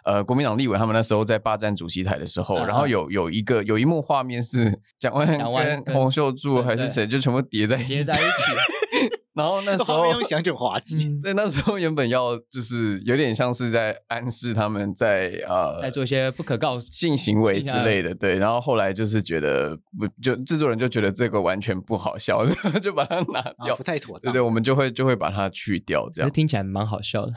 Speaker 3: 呃，国民党立委他们那时候在霸占主席台的时候，
Speaker 1: 嗯嗯
Speaker 3: 然后有有一个有一幕画面是蒋万
Speaker 1: 蒋万
Speaker 3: 安跟
Speaker 1: 跟
Speaker 3: 洪秀柱
Speaker 1: 对
Speaker 3: 还是
Speaker 1: 对
Speaker 3: 谁，就全部叠在一
Speaker 1: 叠
Speaker 3: 起。
Speaker 1: 在一起，
Speaker 3: 然后 那时
Speaker 2: 后
Speaker 3: 候
Speaker 2: 面，用想就很滑稽，
Speaker 1: 嗯
Speaker 3: 对那时候原本要就是有点像是在暗示他们在呃
Speaker 1: 再做一些不可告诉。
Speaker 3: 性行为之类的，对。然后后来就是觉得不，就制作人就觉得这个完全不好笑， 就把它拿
Speaker 2: 啊，
Speaker 3: 掉
Speaker 2: 不。太妥
Speaker 3: 对
Speaker 2: 当。
Speaker 3: 对，我们就会就会把它去掉，
Speaker 1: 可
Speaker 3: 这样
Speaker 1: 是。听起来蛮好笑的，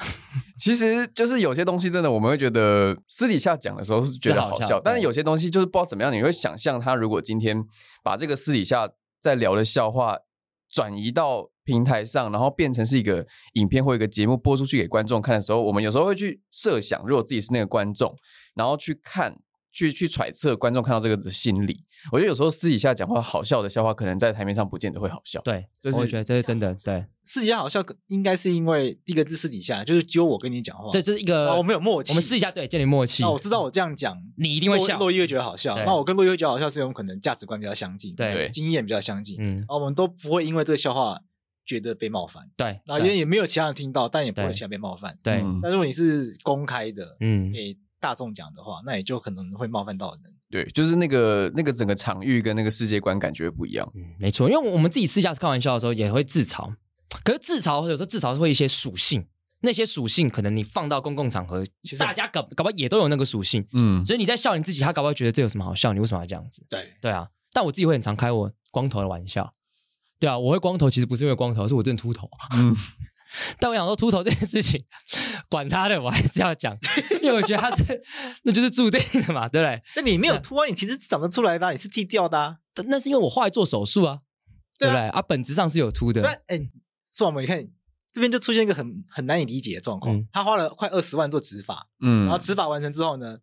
Speaker 3: 其实就是有些东西真的我们会觉得私底下讲的时候是觉得好
Speaker 1: 是好
Speaker 3: 笑
Speaker 1: 笑，
Speaker 3: 但是有些东西就是不知道怎么样，你会想象他如果今天把这个私底下在聊的笑话转移到平台上，然后变成是一个影片或一个节目播出去给观众看的时候，我们有时候会去设想，如果自己是那个观众，然后去看。去去揣测观众看到这个的心理，我觉得有时候私底下讲话好笑的笑话，可能在台面上不见得会好笑。
Speaker 1: 对，
Speaker 3: 这是
Speaker 1: 我觉得这是真的，对，
Speaker 2: 私底下好笑，应该是因为第一个字私底下就是只有我跟你讲话，
Speaker 1: 这这是一
Speaker 2: 然
Speaker 1: 个
Speaker 2: 后哦我们有默契，
Speaker 1: 我们试一下，对，建立默契
Speaker 2: 那。我知道我这样讲，
Speaker 1: 你一定会
Speaker 2: 洛
Speaker 1: 笑，
Speaker 2: 洛伊会觉得好笑。
Speaker 1: 对
Speaker 2: 那我跟洛伊会觉得好笑，是因为我们可能价值观比较相近，
Speaker 1: 对，
Speaker 2: 经验比较相近，
Speaker 1: 嗯
Speaker 2: 然，后我们都不会因为这个笑话觉得被冒犯。
Speaker 1: 对，
Speaker 2: 然啊后因为也没有其他人听到，但也不会有
Speaker 1: 对
Speaker 2: 其他人被冒犯。
Speaker 1: 对，
Speaker 3: 嗯
Speaker 2: 但如果你是公开的
Speaker 1: 嗯，
Speaker 2: 给大众讲的话，那也就可能会冒犯到人。
Speaker 3: 对，就是那个那个整个场域跟那个世界观感觉不一样。
Speaker 1: 嗯，没错，因为我们自己私下开玩笑的时候也会自嘲，可是自嘲有时候自嘲是会一些属性，那些属性可能你放到公共场合
Speaker 2: 其，实
Speaker 1: 大家搞搞不好也都有那个属性，
Speaker 3: 嗯，
Speaker 1: 所以你在笑你自己，他搞不好觉得这有什么好笑，你为什么要这样子？
Speaker 2: 对，
Speaker 1: 对啊，但我自己会很常开我光头的玩笑，对啊，我会光头其实不是因为光头，是我真的秃头啊。
Speaker 3: 嗯
Speaker 1: 但我想说秃头这件事情， 管他的，我还是要讲，因为我觉得他是那就是注定的嘛，对不对？
Speaker 2: 那你没有秃啊，你其实长得出来的啊，你是剃掉的啊。
Speaker 1: 但那是因为我后来做手术啊，对
Speaker 2: 对啊
Speaker 1: 不对？啊，本质上是有秃的
Speaker 2: 那，哎，算我们你看这边就出现一个很很难以理解的状况
Speaker 1: 嗯，
Speaker 2: 他花了快二十万做植发，
Speaker 3: 嗯
Speaker 2: 然后植发完成之后呢，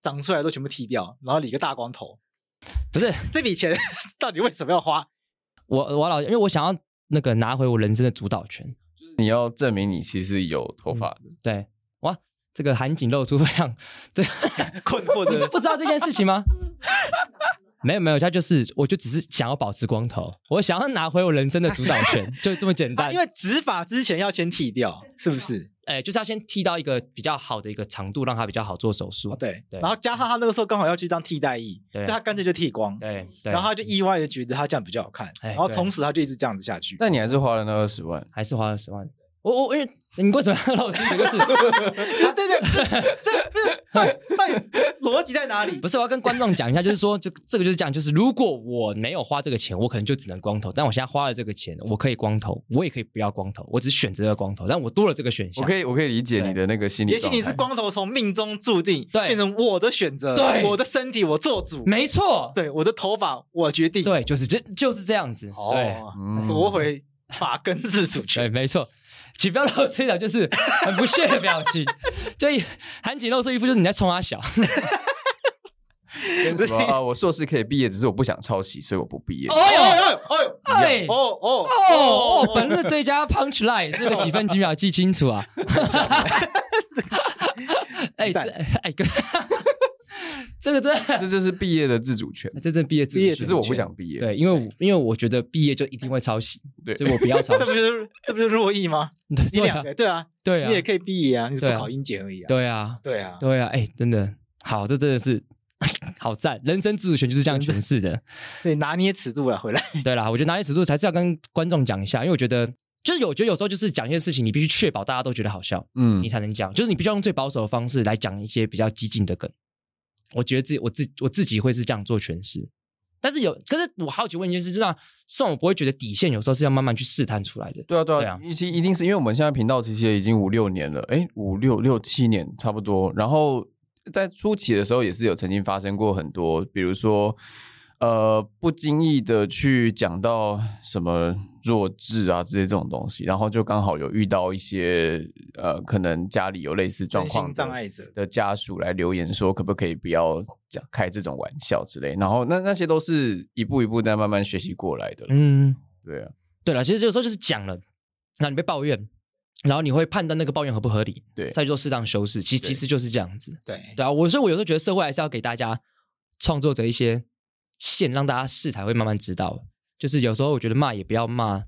Speaker 2: 长出来都全部剃掉，然后理个大光头，
Speaker 1: 不是
Speaker 2: 这笔钱到底为什么要花？
Speaker 1: 我我老因为我想要那个拿回我人生的主导权，
Speaker 3: 你要证明你其实有头发的。
Speaker 1: 对，哇，这个韩景露出非常这个。
Speaker 2: 困惑
Speaker 1: 你们
Speaker 2: 的
Speaker 1: 不知道这件事情吗？没有没有，他就是，我就只是想要保持光头，我想要拿回我人生的主导权，就这么简单。
Speaker 2: 啊，因为植发之前要先剃掉，是不是？
Speaker 1: 哎、就是要先剃到一个比较好的一个长度，让他比较好做手术。
Speaker 2: 哦，对。
Speaker 1: 对
Speaker 2: 然后加上他那个时候刚好要去当替代役，所
Speaker 1: 对
Speaker 2: 以他干脆就剃光。
Speaker 1: 对对，
Speaker 2: 然后他就意外的觉得他这样比较好看，
Speaker 1: 哎
Speaker 2: 然后
Speaker 1: 对
Speaker 2: 从此他就一直这样子下去。
Speaker 3: 但你还是花了那二十万，
Speaker 1: 还是花了十万。我我因为你为什么要让我听这个事？
Speaker 2: 对对对，这不是到底到底逻辑在哪里？
Speaker 1: 不是，我要跟观众讲一下，就是说，这这个就是讲，就是如果我没有花这个钱，我可能就只能光头。但我现在花了这个钱，我可以光头，我也可以不要光头，我只选择了光头，但我多了这个选项。
Speaker 3: 我可以我可以理解你的那个心理
Speaker 2: 也
Speaker 3: 状
Speaker 2: 许
Speaker 3: 态。
Speaker 2: 你是光头从命中注定，
Speaker 1: 对
Speaker 2: 变成我的选择，
Speaker 1: 对
Speaker 2: 我的身体我做主，
Speaker 1: 没错，
Speaker 2: 对我的头发我决定，，
Speaker 1: 对，就是这就是这样子。对。
Speaker 2: 哦
Speaker 3: 嗯，
Speaker 2: 夺回发根自主
Speaker 1: 对，
Speaker 2: 权。
Speaker 1: 没错。请不要露出一种就是很不屑的表情，就韩景露出一副就是你在冲他笑。
Speaker 3: 跟什么啊？我硕士可以毕业，只是我不想抄袭，所以我不毕业。
Speaker 1: 哎呦
Speaker 2: 哎呦哎呦
Speaker 1: 哎
Speaker 2: 哎呦！哦哦
Speaker 1: 哦，本日最佳 punch line 这个几分几秒记清楚 啊！哎，这哎哥，这个真的，。
Speaker 3: 这就是毕业的自主权
Speaker 1: 这真的毕业制
Speaker 2: 毕业
Speaker 1: 只
Speaker 3: 只
Speaker 2: 制
Speaker 1: 是
Speaker 3: 是
Speaker 1: 我
Speaker 3: 我不想毕业，
Speaker 1: 对，因为我因为我觉得毕业就一定会抄袭，
Speaker 3: 对
Speaker 1: 所以我不要抄
Speaker 2: 这不
Speaker 1: 袭。
Speaker 2: 就是这不就是弱艺吗？
Speaker 1: 对
Speaker 2: 你
Speaker 1: 对
Speaker 2: 两
Speaker 1: 啊
Speaker 2: 个对啊，
Speaker 1: 对
Speaker 2: 你也
Speaker 1: 啊，
Speaker 2: 可以毕业啊，你只
Speaker 1: 对
Speaker 2: 不
Speaker 1: 啊
Speaker 2: 考英检而已啊。
Speaker 1: 对啊，
Speaker 2: 对啊，
Speaker 1: 对啊，哎，真的好，这真的是 好赞，人生自主权就是这样诠释的。
Speaker 2: 所以拿捏尺度了，啊回来
Speaker 1: 对啦，我觉得拿捏尺度才是要跟观众讲一下，因为我觉得就是有，我觉得有时候就是讲一件事情，你必须确保大家都觉得好笑，
Speaker 3: 嗯
Speaker 1: 你，才能讲，就是你必须要用最保守的方式来讲一些比较激进的梗。我觉得自己我自我自己会是这样做诠释，但是有，可是我好奇问一件事，就是那宋我不会觉得底线有时候是要慢慢去试探出来的。
Speaker 3: 对啊，对
Speaker 1: 对
Speaker 3: 啊
Speaker 1: 啊，
Speaker 3: 一其一定是因为我们现在频道其实也已经五六年了，哎，五六六七年差不多。然后在初期的时候也是有曾经发生过很多，比如说呃不经意的去讲到什么弱智啊之类这种东西，然后就刚好有遇到一些呃可能家里有类似状
Speaker 2: 身
Speaker 3: 况
Speaker 2: 心
Speaker 3: 的
Speaker 2: 障碍者，
Speaker 3: 的家属来留言说，可不可以不要讲开这种玩笑之类。然后那那些都是一步一步在慢慢学习过来的。
Speaker 1: 嗯，
Speaker 3: 对啊，
Speaker 1: 对了，其实有时候就是讲了，然后你被抱怨，然后你会判断那个抱怨合不合理，
Speaker 3: 对
Speaker 1: 再做适当修饰。其实其实就是这样子。
Speaker 2: 对，
Speaker 1: 对啊，我所以，我有时候觉得社会还是要给大家创作者一些线，让大家试才会慢慢知道。就是有时候我觉得骂也不要骂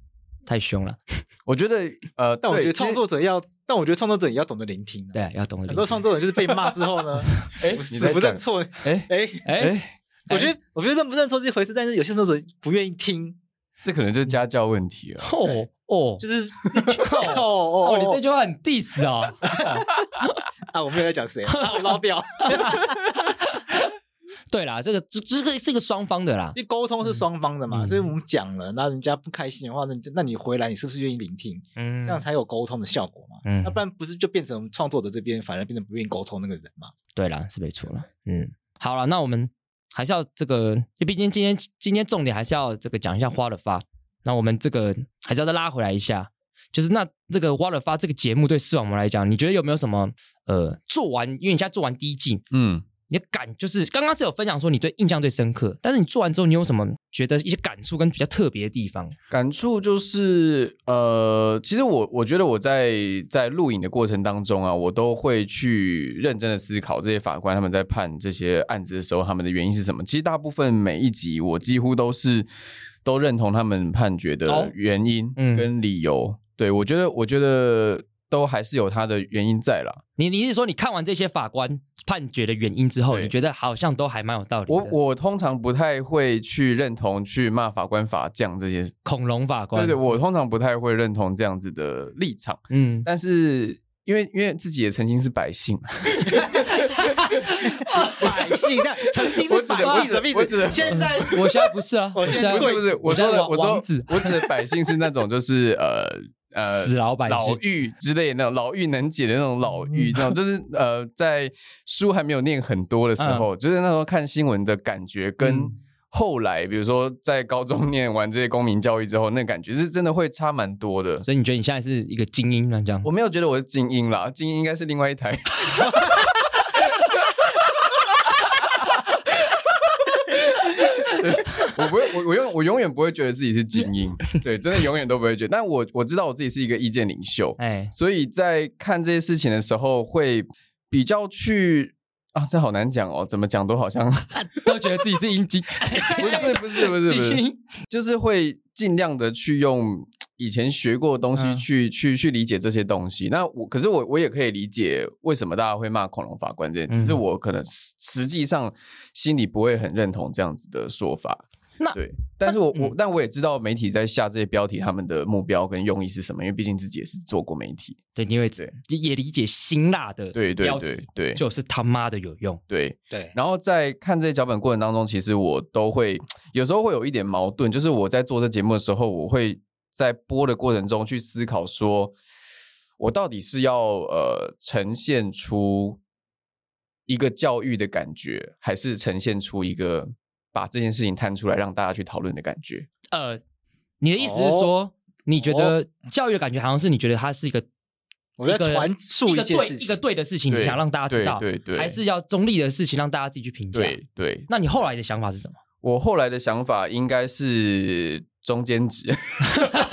Speaker 1: 太凶了，
Speaker 3: 我觉得呃，
Speaker 2: 但我
Speaker 3: 对
Speaker 2: 觉得
Speaker 3: 其实
Speaker 2: 创作者要，但我觉得创作者也要懂得聆听啊。
Speaker 1: 对啊，要懂得
Speaker 2: 很
Speaker 1: 聆
Speaker 2: 多
Speaker 1: 听。
Speaker 2: 创作者就是被骂之后呢，
Speaker 3: 哎，
Speaker 2: 死
Speaker 3: 你在
Speaker 2: 不
Speaker 3: 讲
Speaker 2: 认错，
Speaker 3: 哎
Speaker 2: 哎，
Speaker 1: 哎，
Speaker 3: 哎，
Speaker 2: 我觉得我觉得认不认错是一回事，但是有些创作者不愿意听，
Speaker 3: 这可能就是家教问题了。
Speaker 1: 哦哦
Speaker 2: 就是 哦
Speaker 1: 哦，
Speaker 2: 哦
Speaker 1: 你这
Speaker 2: 哦
Speaker 1: 句话很 diss 哦。
Speaker 2: 啊，我没有在讲 谁，啊我捞掉。
Speaker 1: 对啦，这个这这个是一个双方的啦。
Speaker 2: 因为沟通是双方的嘛，
Speaker 1: 嗯
Speaker 2: 所以我们讲了，那人家不开心的话，那你就那你回来，你是不是愿意聆听？
Speaker 1: 嗯
Speaker 2: 这样才有沟通的效果嘛。
Speaker 1: 嗯
Speaker 2: 要不然不是就变成创作者这边反而变成不愿意沟通那个人嘛？
Speaker 1: 对啦，是没错啦。嗯，好了，那我们还是要这个，因为毕竟今天今天重点还是要这个讲一下花了发。那我们这个还是要再拉回来一下，就是那这个花了发这个节目对视网膜来讲，你觉得有没有什么呃做完？因为你现在做完第一季，
Speaker 3: 嗯，
Speaker 1: 你的感就是刚刚是有分享说你对印象最深刻，但是你做完之后，你有什么觉得一些感触跟比较特别的地方？
Speaker 3: 感触就是呃，其实我我觉得我在在录影的过程当中啊，我都会去认真的思考这些法官他们在判这些案子的时候，他们的原因是什么。其实大部分每一集我几乎都是都认同他们判决
Speaker 1: 哦
Speaker 3: 的原因
Speaker 1: 嗯
Speaker 3: 跟理由。对我觉得，我觉得都还是有它的原因在啦。
Speaker 1: 你你是说你看完这些法官判决的原因之后，
Speaker 3: 对
Speaker 1: 你觉得好像都还蛮有道理的？
Speaker 3: 我我通常不太会去认同去骂法官法将这些
Speaker 1: 恐龙法官，
Speaker 3: 对对，我通常不太会认同这样子的立场，
Speaker 1: 嗯，
Speaker 3: 但是因为因为自己也曾经是百姓，
Speaker 2: 百姓，那曾经
Speaker 3: 我
Speaker 2: 是
Speaker 3: 指的
Speaker 2: 百
Speaker 3: 我指
Speaker 2: 姓，什么意
Speaker 3: 我指的
Speaker 2: 思？现在
Speaker 1: 我现在不是啊，
Speaker 2: 我
Speaker 1: 现
Speaker 2: 现
Speaker 1: 在
Speaker 2: 在
Speaker 3: 不是不是，我说的我
Speaker 1: 我现在王
Speaker 3: 说
Speaker 1: 王子
Speaker 3: 我指的百姓是那种就是呃呃
Speaker 1: 死老百姓嗯
Speaker 3: 老妪之类的那种老妪能解的那种老妪，那种就是呃在书还没有念很多的时候，就是那时候看新闻的感觉跟
Speaker 1: 嗯。
Speaker 3: 后来，比如说在高中 念完这些公民教育之后，那感觉是真的会差蛮多的。
Speaker 1: 所以你觉得你现在是一个精英呢？这样
Speaker 3: 我没有觉得我是精英啦，精英应该是另外一台。 我不会，我我永我永远不会觉得自己是精英，对，真的永远都不会觉得。但我我知道我自己是一个意见领袖，
Speaker 1: 哎，
Speaker 3: 所以在看这些事情的时候，会比较去啊，这好难讲哦，怎么讲都好像
Speaker 1: 都觉得自己是英精，
Speaker 3: 不是不是不是不
Speaker 1: 精
Speaker 3: 是，
Speaker 1: 英，
Speaker 3: 就是会尽量的去用以前学过的东西
Speaker 1: 嗯
Speaker 3: 去、去去理解这些东西。那我可是我我也可以理解为什么大家会骂恐龙法官这件，只是
Speaker 1: 嗯
Speaker 3: 我可能实实际上心里不会很认同这样子的说法。
Speaker 1: 那
Speaker 3: 对，但是我我、
Speaker 1: 嗯
Speaker 3: 但我也知道媒体在下这些标题，他们的目标跟用意是什么，因为毕竟自己也是做过媒体。
Speaker 1: 对，因为
Speaker 3: 对
Speaker 1: 也理解辛辣的
Speaker 3: 对对
Speaker 1: 标题
Speaker 3: 对对
Speaker 1: 就是他妈的有用，
Speaker 3: 对，
Speaker 2: 对，
Speaker 3: 然后在看这些脚本过程当中，其实我都会有时候会有一点矛盾，就是我在做这节目的时候，我会在播的过程中去思考说，我到底是要呃呈现出一个教育的感觉，还是呈现出一个把这件事情摊出来让大家去讨论的感觉？
Speaker 1: 呃，你的意思是
Speaker 2: 哦
Speaker 1: 说，你觉得教育的感觉好像是你觉得它是一个。
Speaker 2: 我在
Speaker 1: 一个
Speaker 2: 传述
Speaker 1: 一个
Speaker 2: 件
Speaker 1: 对
Speaker 2: 事
Speaker 1: 一个
Speaker 2: 情，
Speaker 1: 对的事情，你
Speaker 3: 对
Speaker 1: 想让大家知道，
Speaker 3: 对对对
Speaker 1: 还是要中立的事情让大家自己去评价。
Speaker 3: 对对，
Speaker 1: 那你后来的想法是什么？
Speaker 3: 我后来的想法应该是中间值，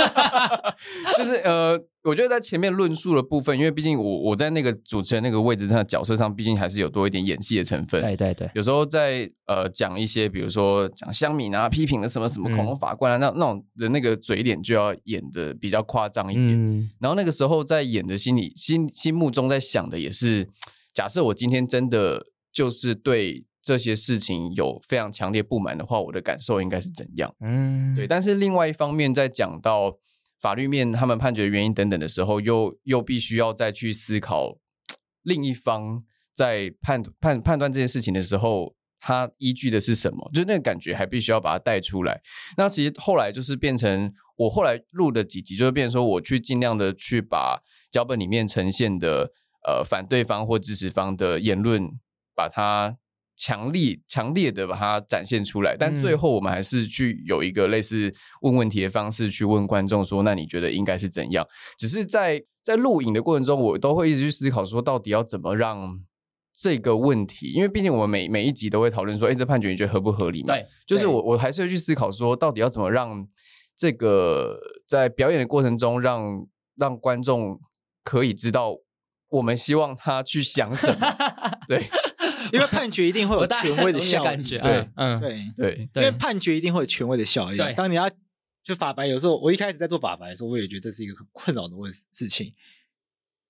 Speaker 3: 就是呃，我觉得在前面论述的部分，因为毕竟我我在那个主持人那个位置上角色上，毕竟还是有多一点演戏的成分。
Speaker 1: 对对对，
Speaker 3: 有时候在呃讲一些，比如说讲乡民啊、批评的什么什么恐龙法官啊，那那种的那个嘴脸就要演的比较夸张一点。
Speaker 1: 嗯，
Speaker 3: 然后那个时候在演的心里心心目中在想的也是，假设我今天真的就是对这些事情有非常强烈不满的话，我的感受应该是怎样？
Speaker 1: 嗯，
Speaker 3: 对，，但是另外一方面，在讲到法律面他们判决的原因等等的时候，又又必须要再去思考另一方在判判判断这件事情的时候，他依据的是什么？就是那个感觉还必须要把它带出来。那其实后来就是变成我后来录的几集，就是变成说我去尽量的去把脚本里面呈现的呃反对方或支持方的言论，把它强力强烈的把它展现出来。但最
Speaker 1: 嗯
Speaker 3: 后我们还是去有一个类似问问题的方式去问观众说，那你觉得应该是怎样？只是在在录影的过程中，我都会一直去思考说，到底要怎么让。这个问题，因为毕竟我们每每一集都会讨论说，哎，这判决你觉得合不合理嘛？
Speaker 1: 对，
Speaker 3: 就是我我还是会去思考说，到底要怎么让这个在表演的过程中让让观众可以知道我们希望他去想什么。 对
Speaker 2: 因为判决一定会有
Speaker 1: 我大概
Speaker 2: 权威的
Speaker 1: 懂你
Speaker 2: 效
Speaker 1: 感
Speaker 2: 应
Speaker 1: 觉，
Speaker 3: 对
Speaker 1: 嗯，嗯
Speaker 2: 对，
Speaker 3: 对，
Speaker 2: 因
Speaker 1: 对，
Speaker 2: 为判决一定会有权威的效
Speaker 1: 对
Speaker 2: 应。啊当你要就法白，有时候我一开始在做法白的时候，我也觉得这是一个很困扰的问事情。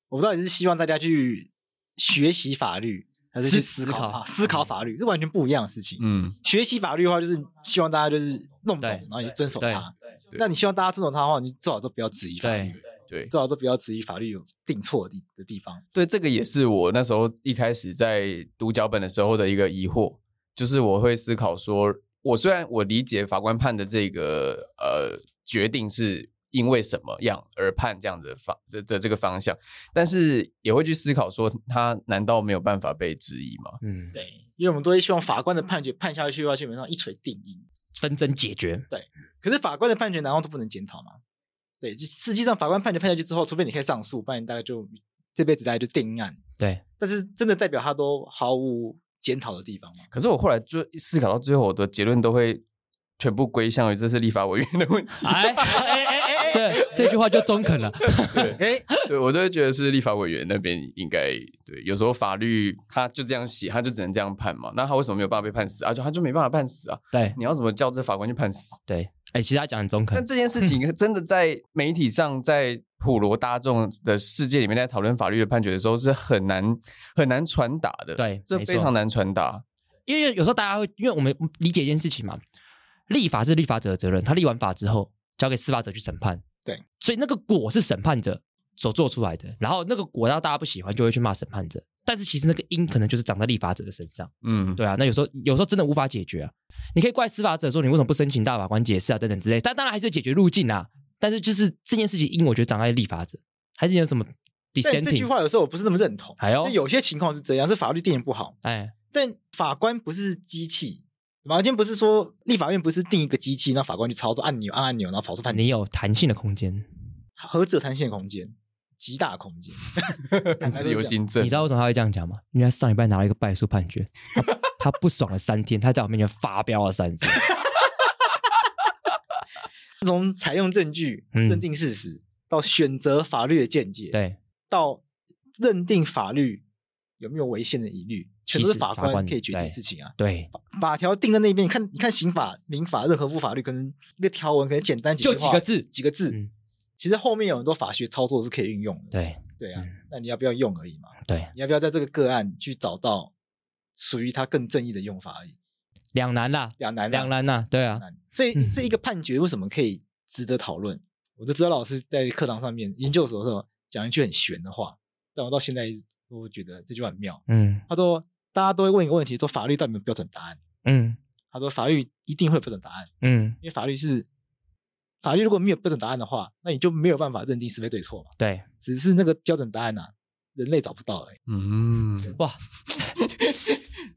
Speaker 2: 我不知道你是希望大家去学习法律，还是去
Speaker 1: 思
Speaker 2: 思
Speaker 1: 考
Speaker 2: 考法思考法律，这完全不一样的事情。
Speaker 3: 嗯，
Speaker 2: 学习法律的话，就是希望大家就是弄懂
Speaker 1: 对，
Speaker 2: 然后你就遵守
Speaker 1: 对
Speaker 2: 它。
Speaker 3: 对
Speaker 2: 那你希望大家遵守它的话，你最好都不要质疑法律，
Speaker 1: 对
Speaker 3: 对
Speaker 2: 最好都不要质疑法律有定错的地的地方。
Speaker 3: 对，这个也是我那时候一开始在读脚本的时候的一个疑惑，就是我会思考说，我虽然我理解法官判的这个呃决定是因为什么样而判这样的方的的这个方向，但是也会去思考说，他难道没有办法被质疑吗？
Speaker 1: 嗯，
Speaker 2: 对，因为我们都会希望法官的判决判下去的话，基本上一锤定音。
Speaker 1: 纷争解决，
Speaker 2: 可是法官的判决难道都不能检讨吗？对，就实际上法官判决判下去之后，除非你可以上诉，不然你大概就这辈子大概就定案。
Speaker 1: 对，
Speaker 2: 但是真的代表他都毫无检讨的地方吗？
Speaker 3: 可是我后来就思考到最后，我的结论都会全部归向于这是立法委员的问题。
Speaker 1: 哎哎哎哎， 这这句话就中肯了，
Speaker 3: 对
Speaker 2: 哎，
Speaker 3: 对，我都会觉得是立法委员那边应该对，有时候法律他就这样写，他就只能这样判嘛。那他为什么没有办法被判死啊？就他就没办法判死啊！
Speaker 1: 对
Speaker 3: 你要怎么叫这法官去判死？
Speaker 1: 对，哎，其实他讲得很中
Speaker 3: 那
Speaker 1: 肯，
Speaker 3: 这件事 情真的在媒体上，在普罗大众的世界里面，在讨论法律的判决的时候，是很难很难传达的。
Speaker 1: 对
Speaker 3: 这
Speaker 1: 没
Speaker 3: 非
Speaker 1: 错
Speaker 3: 常难传达。
Speaker 1: 因为有时候大家会，因为我们理解一件事情嘛，立法是立法者的责任，他立完法之后交给司法者去审判，
Speaker 2: 对，
Speaker 1: 所以那个果是审判者所做出来的，然后那个果让大家不喜欢，就会去骂审判者，但是其实那个因可能就是长在立法者的身上。
Speaker 3: 嗯，
Speaker 1: 对啊，那有时候有时候真的无法解决啊。你可以怪司法者说你为什么不申请大法官解释啊，等等之类。但当然还是有解决路径啊。但是就是这件事情，因为我觉得障碍立法者，还是有什么
Speaker 2: 但这句
Speaker 1: dissenting。
Speaker 2: 话有时候我不是那么认同。
Speaker 1: 哎呦
Speaker 2: 就，有些情况是这样，是法律定的不好，
Speaker 1: 哎，
Speaker 2: 但法官不是机器。法官今天不是说立法院不是定一个机器，让法官去操作按钮按按钮，然后跑出判决，
Speaker 1: 你有弹性的空间。
Speaker 2: 何止有弹性的空间，极大的空 间。坦白说是这
Speaker 3: 自
Speaker 2: 样
Speaker 3: 由新政
Speaker 1: 你知，道为什么他会这样讲吗？因为他上礼拜拿了一个败诉判决，他他不爽了三天，他在我面前发飙了三天。
Speaker 2: 从采用证据、
Speaker 1: 嗯
Speaker 2: 认定事实，到选择法律的见解，
Speaker 1: 对，
Speaker 2: 到认定法律有没有违宪的疑虑，全
Speaker 1: 其
Speaker 2: 都是
Speaker 1: 实
Speaker 2: 法
Speaker 1: 法官
Speaker 2: 官可以决定
Speaker 1: 对
Speaker 2: 的事情啊。
Speaker 1: 对，
Speaker 2: 法条定在那边，你看，你看刑法、民法任何部法律，可能一个条文可能简单
Speaker 1: 就
Speaker 2: 句
Speaker 1: 几
Speaker 2: 话
Speaker 1: 个，字。
Speaker 2: 几个字
Speaker 1: 嗯，
Speaker 2: 其实后面有很多法学操作是可以运用的。
Speaker 1: 对
Speaker 2: 对啊
Speaker 1: 嗯，
Speaker 2: 那你要不要用而已嘛？
Speaker 1: 对，
Speaker 2: 你要不要在这个个案去找到属于它更正义的用法而已？
Speaker 1: 两难啦，
Speaker 2: 两难啊，
Speaker 1: 两难啦，对啊，
Speaker 2: 难。所以，所以一个判决为什么可以值得讨论？我就知道老师在课堂上面研究所的时候讲一句很玄的话，但我到现在都觉得这句话很妙。
Speaker 1: 嗯
Speaker 2: 他说，大家都会问一个问题，说法律到底有没有标准答案？
Speaker 1: 嗯
Speaker 2: 他说，法律一定会有标准答案，
Speaker 1: 嗯，
Speaker 2: 因为法律是法律，如果没有标准答案的话，那你就没有办法认定是非对错嘛。
Speaker 1: 对，
Speaker 2: 只是那个标准答案呐、人类找不到而已。
Speaker 3: 嗯，
Speaker 1: 哇，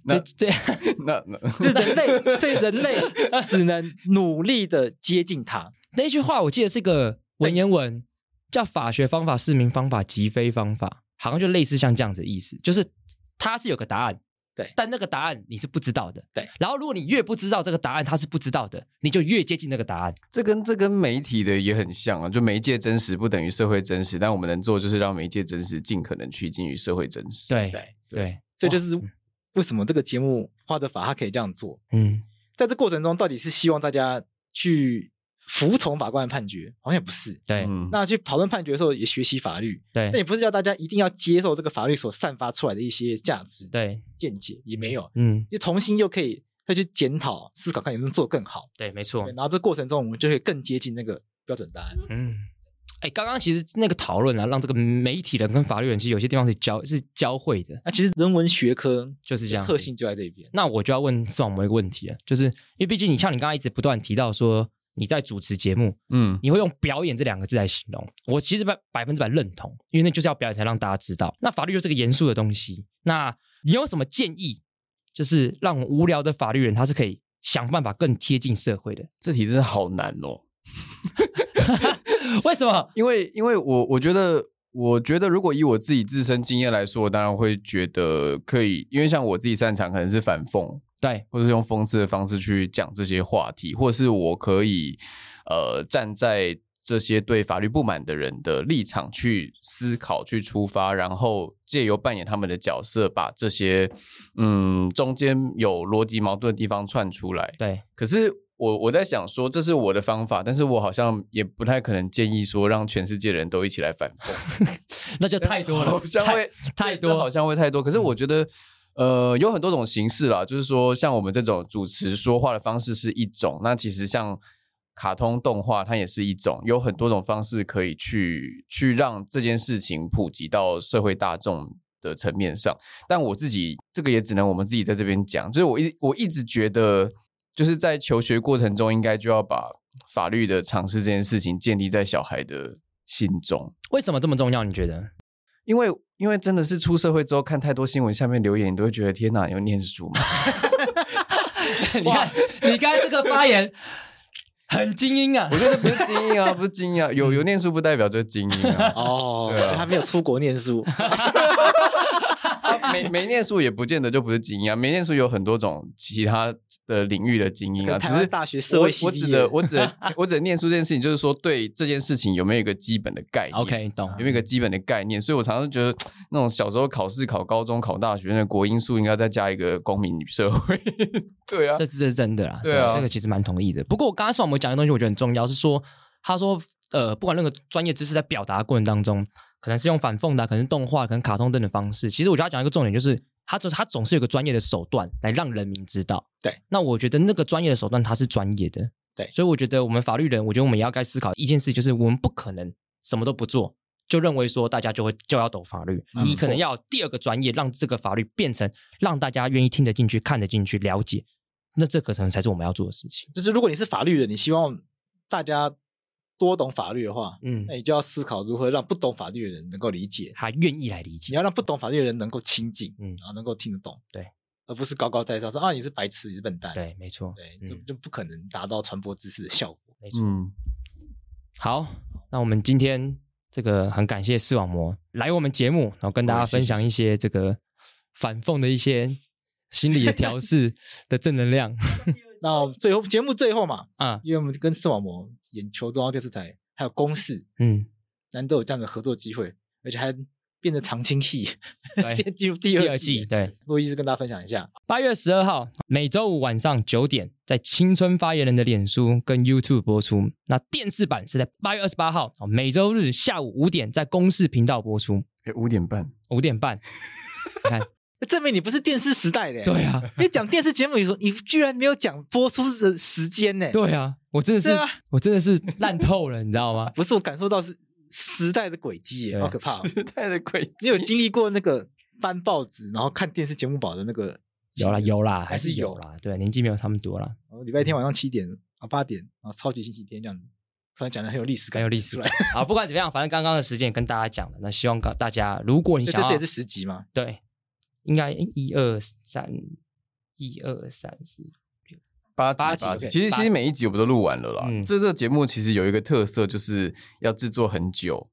Speaker 3: 那
Speaker 1: 这这
Speaker 3: 那那
Speaker 2: 就是人类，所以人类只能努力的接近它。
Speaker 1: 那一句话我记得是个文言文，叫“法学方法、市民方法、即非方法”，好像就类似像这样子的意思，就是它是有个答案，
Speaker 2: 对
Speaker 1: 但那个答案你是不知道的。
Speaker 2: 对，
Speaker 1: 然后如果你越不知道这个答案，他是不知道的，你就越接近那个答案。
Speaker 3: 这跟这跟媒体的也很像啊，就媒介真实不等于社会真实，但我们能做就是让媒介真实尽可能趋近于社会真实。
Speaker 1: 对
Speaker 2: 对，
Speaker 1: 对，
Speaker 2: 这就是为什么这个节目花的法他可以这样做。
Speaker 1: 嗯，
Speaker 2: 在这过程中，到底是希望大家去服从法官的判决，好像也不是。
Speaker 1: 对
Speaker 3: 嗯，
Speaker 2: 那去讨论判决的时候，也学习法律，那
Speaker 1: 对
Speaker 2: 也不是叫大家一定要接受这个法律所散发出来的一些价值、
Speaker 1: 对，
Speaker 2: 见解，也没有，
Speaker 1: 嗯，
Speaker 2: 就重新又可以再去检讨、思考，看能不能做更好。
Speaker 1: 对，没错
Speaker 2: 对，，然后这过程中，我们就会更接近那个标准答案。
Speaker 1: 嗯。哎，刚刚其实那个讨论啊，让这个媒体人跟法律人其实有些地方是交是交汇的，
Speaker 2: 那其实人文学科
Speaker 1: 就是这样
Speaker 2: 特
Speaker 1: 子
Speaker 2: 性就在这边。
Speaker 1: 那我就要问宋某一个问题了，就是因为毕竟你像你刚刚一直不断提到说你在主持节目，
Speaker 3: 嗯
Speaker 1: 你会用表演这两个字来形容，我其实百百分之百认同，因为那就是要表演才让大家知道。那法律就是个严肃的东西，那你有什么建议，就是让无聊的法律人他是可以想办法更贴近社会的？
Speaker 3: 这题真的好难哦。
Speaker 1: 为什么？
Speaker 3: 因为因为我我觉得，我觉得如果以我自己自身经验来说，我当然会觉得可以，因为像我自己擅长可能是反讽，
Speaker 1: 对，
Speaker 3: 或者是用讽刺的方式去讲这些话题，或者是我可以呃站在这些对法律不满的人的立场去思考、去出发，然后借由扮演他们的角色，把这些嗯中间有逻辑矛盾的地方串出来。
Speaker 1: 对，
Speaker 3: 可是我我在想说，这是我的方法，但是我好像也不太可能建议说让全世界人都一起来反讽，
Speaker 1: 那就太多了，
Speaker 3: 好像
Speaker 1: 太
Speaker 3: 会
Speaker 1: 太
Speaker 3: 这好
Speaker 1: 多。
Speaker 3: 像会太多。可是我觉得。呃，有很多种形式啦，就是说，像我们这种主持说话的方式是一种，那其实像卡通动画，它也是一种，有很多种方式可以去去让这件事情普及到社会大众的层面上。但我自己这个也只能我们自己在这边讲，就是我一我一直觉得，就是在求学过程中，应该就要把法律的常识这件事情建立在小孩的心中。
Speaker 1: 为什么这么重要？你觉得？
Speaker 3: 因为因为真的是出社会之后看太多新闻，下面留言你都会觉得天哪，有念书吗？
Speaker 1: 你看，你刚才这个发言很精英啊
Speaker 3: 我。觉得不是精英啊，不是精英啊，有有念书不代表就是精英啊，
Speaker 2: 嗯哦，
Speaker 3: 对啊
Speaker 2: 他没有出国念 书，
Speaker 3: 啊没没念书也不见得就不是精英啊，没念书有很多种其他的领域的精英
Speaker 2: 跟
Speaker 3: 啊，
Speaker 2: 台
Speaker 3: 只
Speaker 2: 湾
Speaker 3: 是
Speaker 2: 大学社会系
Speaker 3: 我我
Speaker 2: 毕
Speaker 3: 指
Speaker 2: 业
Speaker 3: 的我 指的我指的念书这件事情，就是说对这件事情有没有一个基本的概念
Speaker 1: OK，懂。
Speaker 3: 有没有一个基本的概念，所以我常常觉得那种小时候考试、考高中、考大学，那个国英数应该再加一个公民与社会。 对啊，
Speaker 1: 这是这是真的啦，
Speaker 3: 对啊
Speaker 1: 这个其实蛮同意的。不过我刚刚宋某讲的东西，我觉得很重要，是说他说呃，不管任何专业知识在表达过程当中，可能是用反讽的啊，可能是动画，可能卡通等的方式。其实我觉得他讲一个重点就是，他总他总是有个专业的手段来让人民知道。
Speaker 2: 对，
Speaker 1: 那我觉得那个专业的手段他是专业的。
Speaker 2: 对
Speaker 1: 所以我觉得我们法律人，我觉得我们也要该思考一件事，就是我们不可能什么都不做。就认为说大家就会就要懂法律，
Speaker 2: 嗯
Speaker 1: 你可能要有第二个专业，让这个法律变成让大家愿意听得进去、看得进去、了解，那这可能才是我们要做的事情。
Speaker 2: 就是如果你是法律人，你希望大家多懂法律的话，
Speaker 1: 嗯
Speaker 3: 哎
Speaker 2: 那，你就要思考如何让不懂法律的人能够理解，
Speaker 1: 还愿意来理
Speaker 2: 你
Speaker 1: 解。
Speaker 2: 要让不懂法律的人能够亲近，
Speaker 1: 嗯
Speaker 2: 然后能够听得懂，
Speaker 1: 对，
Speaker 2: 而不是高高在上说啊你是白痴，你是笨蛋，
Speaker 1: 对，没错，
Speaker 2: 对，
Speaker 1: 嗯
Speaker 2: 这就不可能达到传播知识的效果。
Speaker 1: 没错。
Speaker 3: 嗯，
Speaker 1: 好，那我们今天这个很感谢视网膜来我们节目，然后跟大家
Speaker 3: 哦谢谢
Speaker 1: 分享一些这个反讽的一些心理的调试的正能 量
Speaker 2: 那最后节目最后嘛，
Speaker 1: 啊，
Speaker 2: 因为我们跟视网膜、眼球中央电视台还有公视，
Speaker 1: 嗯，
Speaker 2: 难得有这样的合作机会，而且还变得长青系，
Speaker 1: 对，
Speaker 2: 变进入第
Speaker 1: 第
Speaker 2: 二
Speaker 1: 二
Speaker 2: 季
Speaker 1: 季
Speaker 2: 了。
Speaker 1: 对。
Speaker 2: 路易斯跟大家分享一下，
Speaker 1: 八月十二号，每周五晚上九点，在青春发言人的脸书跟 YouTube 播出。那电视版是在八月二十八号，哦每周日下午五点在公视频道播出，
Speaker 3: 五点半。
Speaker 1: 五点半。你看，
Speaker 2: 哎证明你不是电视时代的、欸。
Speaker 1: 对啊，
Speaker 2: 因为讲电视节目，你说你居然没有讲播出的时间呢、
Speaker 1: 对啊，我真的是，
Speaker 2: 对啊
Speaker 1: 我真的是烂透了，你知道吗？
Speaker 2: 不是我感受到是时代的轨迹耶，
Speaker 1: 对
Speaker 2: 好可 怕、哦！
Speaker 3: 时代的轨迹
Speaker 2: 你有经历过那个翻报纸，然后看电视节目榜的那 个？
Speaker 1: 有啦，有啦，
Speaker 2: 还
Speaker 1: 还
Speaker 2: 是
Speaker 1: 是
Speaker 2: 有
Speaker 1: 有啦。对，年纪没有他们多啦，
Speaker 2: 哦然后礼拜天晚上七点啊八点啊，超级星期天这样子，突然讲的很有历史感，
Speaker 1: 很有历史
Speaker 2: 出
Speaker 1: 感
Speaker 2: 来。。
Speaker 1: 好，不管怎么样，反正刚刚的时间也跟大家讲了。那希望大家，如果你
Speaker 2: 所以
Speaker 1: 想
Speaker 2: 这
Speaker 1: 要
Speaker 2: 次也是十集嘛，
Speaker 1: 对，应该一二三，一二三四，
Speaker 3: 八
Speaker 2: 八集
Speaker 3: 集，八集。
Speaker 2: OK，
Speaker 3: 其实
Speaker 1: 八
Speaker 3: 其
Speaker 1: 集
Speaker 3: 实每一集我们都录完了啦。
Speaker 1: 嗯
Speaker 3: 这这个节目其实有一个特色，就是要制作很久。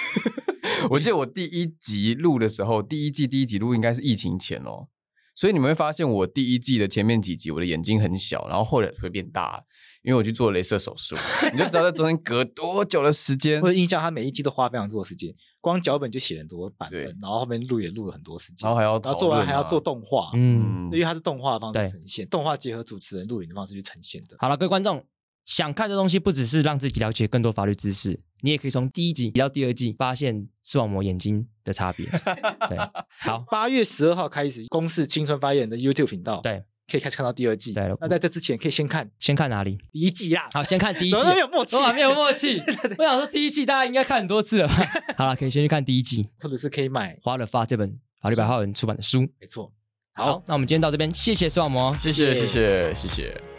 Speaker 3: 我记得我第一集录的时候，第一季第一集录应该是疫情前哦，所以你们会发现，我第一季的前面几集，我的眼睛很小，然后后来会变大，因为我去做镭射手术。你就知道在中间隔多久的时间
Speaker 2: 我，有印象，他每一季都花非常多的时间，光脚本就写了很多版本
Speaker 3: 对，
Speaker 2: 然后后面录也录了很多时间，
Speaker 3: 然后还要
Speaker 2: 然
Speaker 3: 讨
Speaker 2: 后做完
Speaker 3: 论
Speaker 2: 还要
Speaker 3: 啊
Speaker 2: 做，动画，
Speaker 1: 嗯，
Speaker 3: 嗯
Speaker 2: 因，为它是动画的方
Speaker 1: 对
Speaker 2: 式呈现，动画结合主持人录影的方式去呈现的。
Speaker 1: 好了，各位观众，想看这东西，不只是让自己了解更多法律知识，你也可以从第一集到第二季发现视网膜眼睛的差别。 对，好，
Speaker 2: 八月十二号开始，公视青春发言人的 YouTube 频道，
Speaker 1: 对，
Speaker 2: 可以开始看到第二季。
Speaker 1: 对了
Speaker 2: 那在这之前可以先看
Speaker 1: 先看哪里？
Speaker 2: 第一季啦。
Speaker 1: 好，先看第一
Speaker 2: 怎
Speaker 1: 季
Speaker 2: 么。那么有默契？啊
Speaker 1: 哇，没有默契。我想说，第一季大家应该看很多次了吧？好了，可以先去看第一季《
Speaker 2: 或者是可以买，
Speaker 1: 花了发》这本法律白话文出版的书。
Speaker 2: 没错。
Speaker 1: 好，那我们今天到这边，谢谢视网膜。
Speaker 3: 谢谢谢谢谢谢。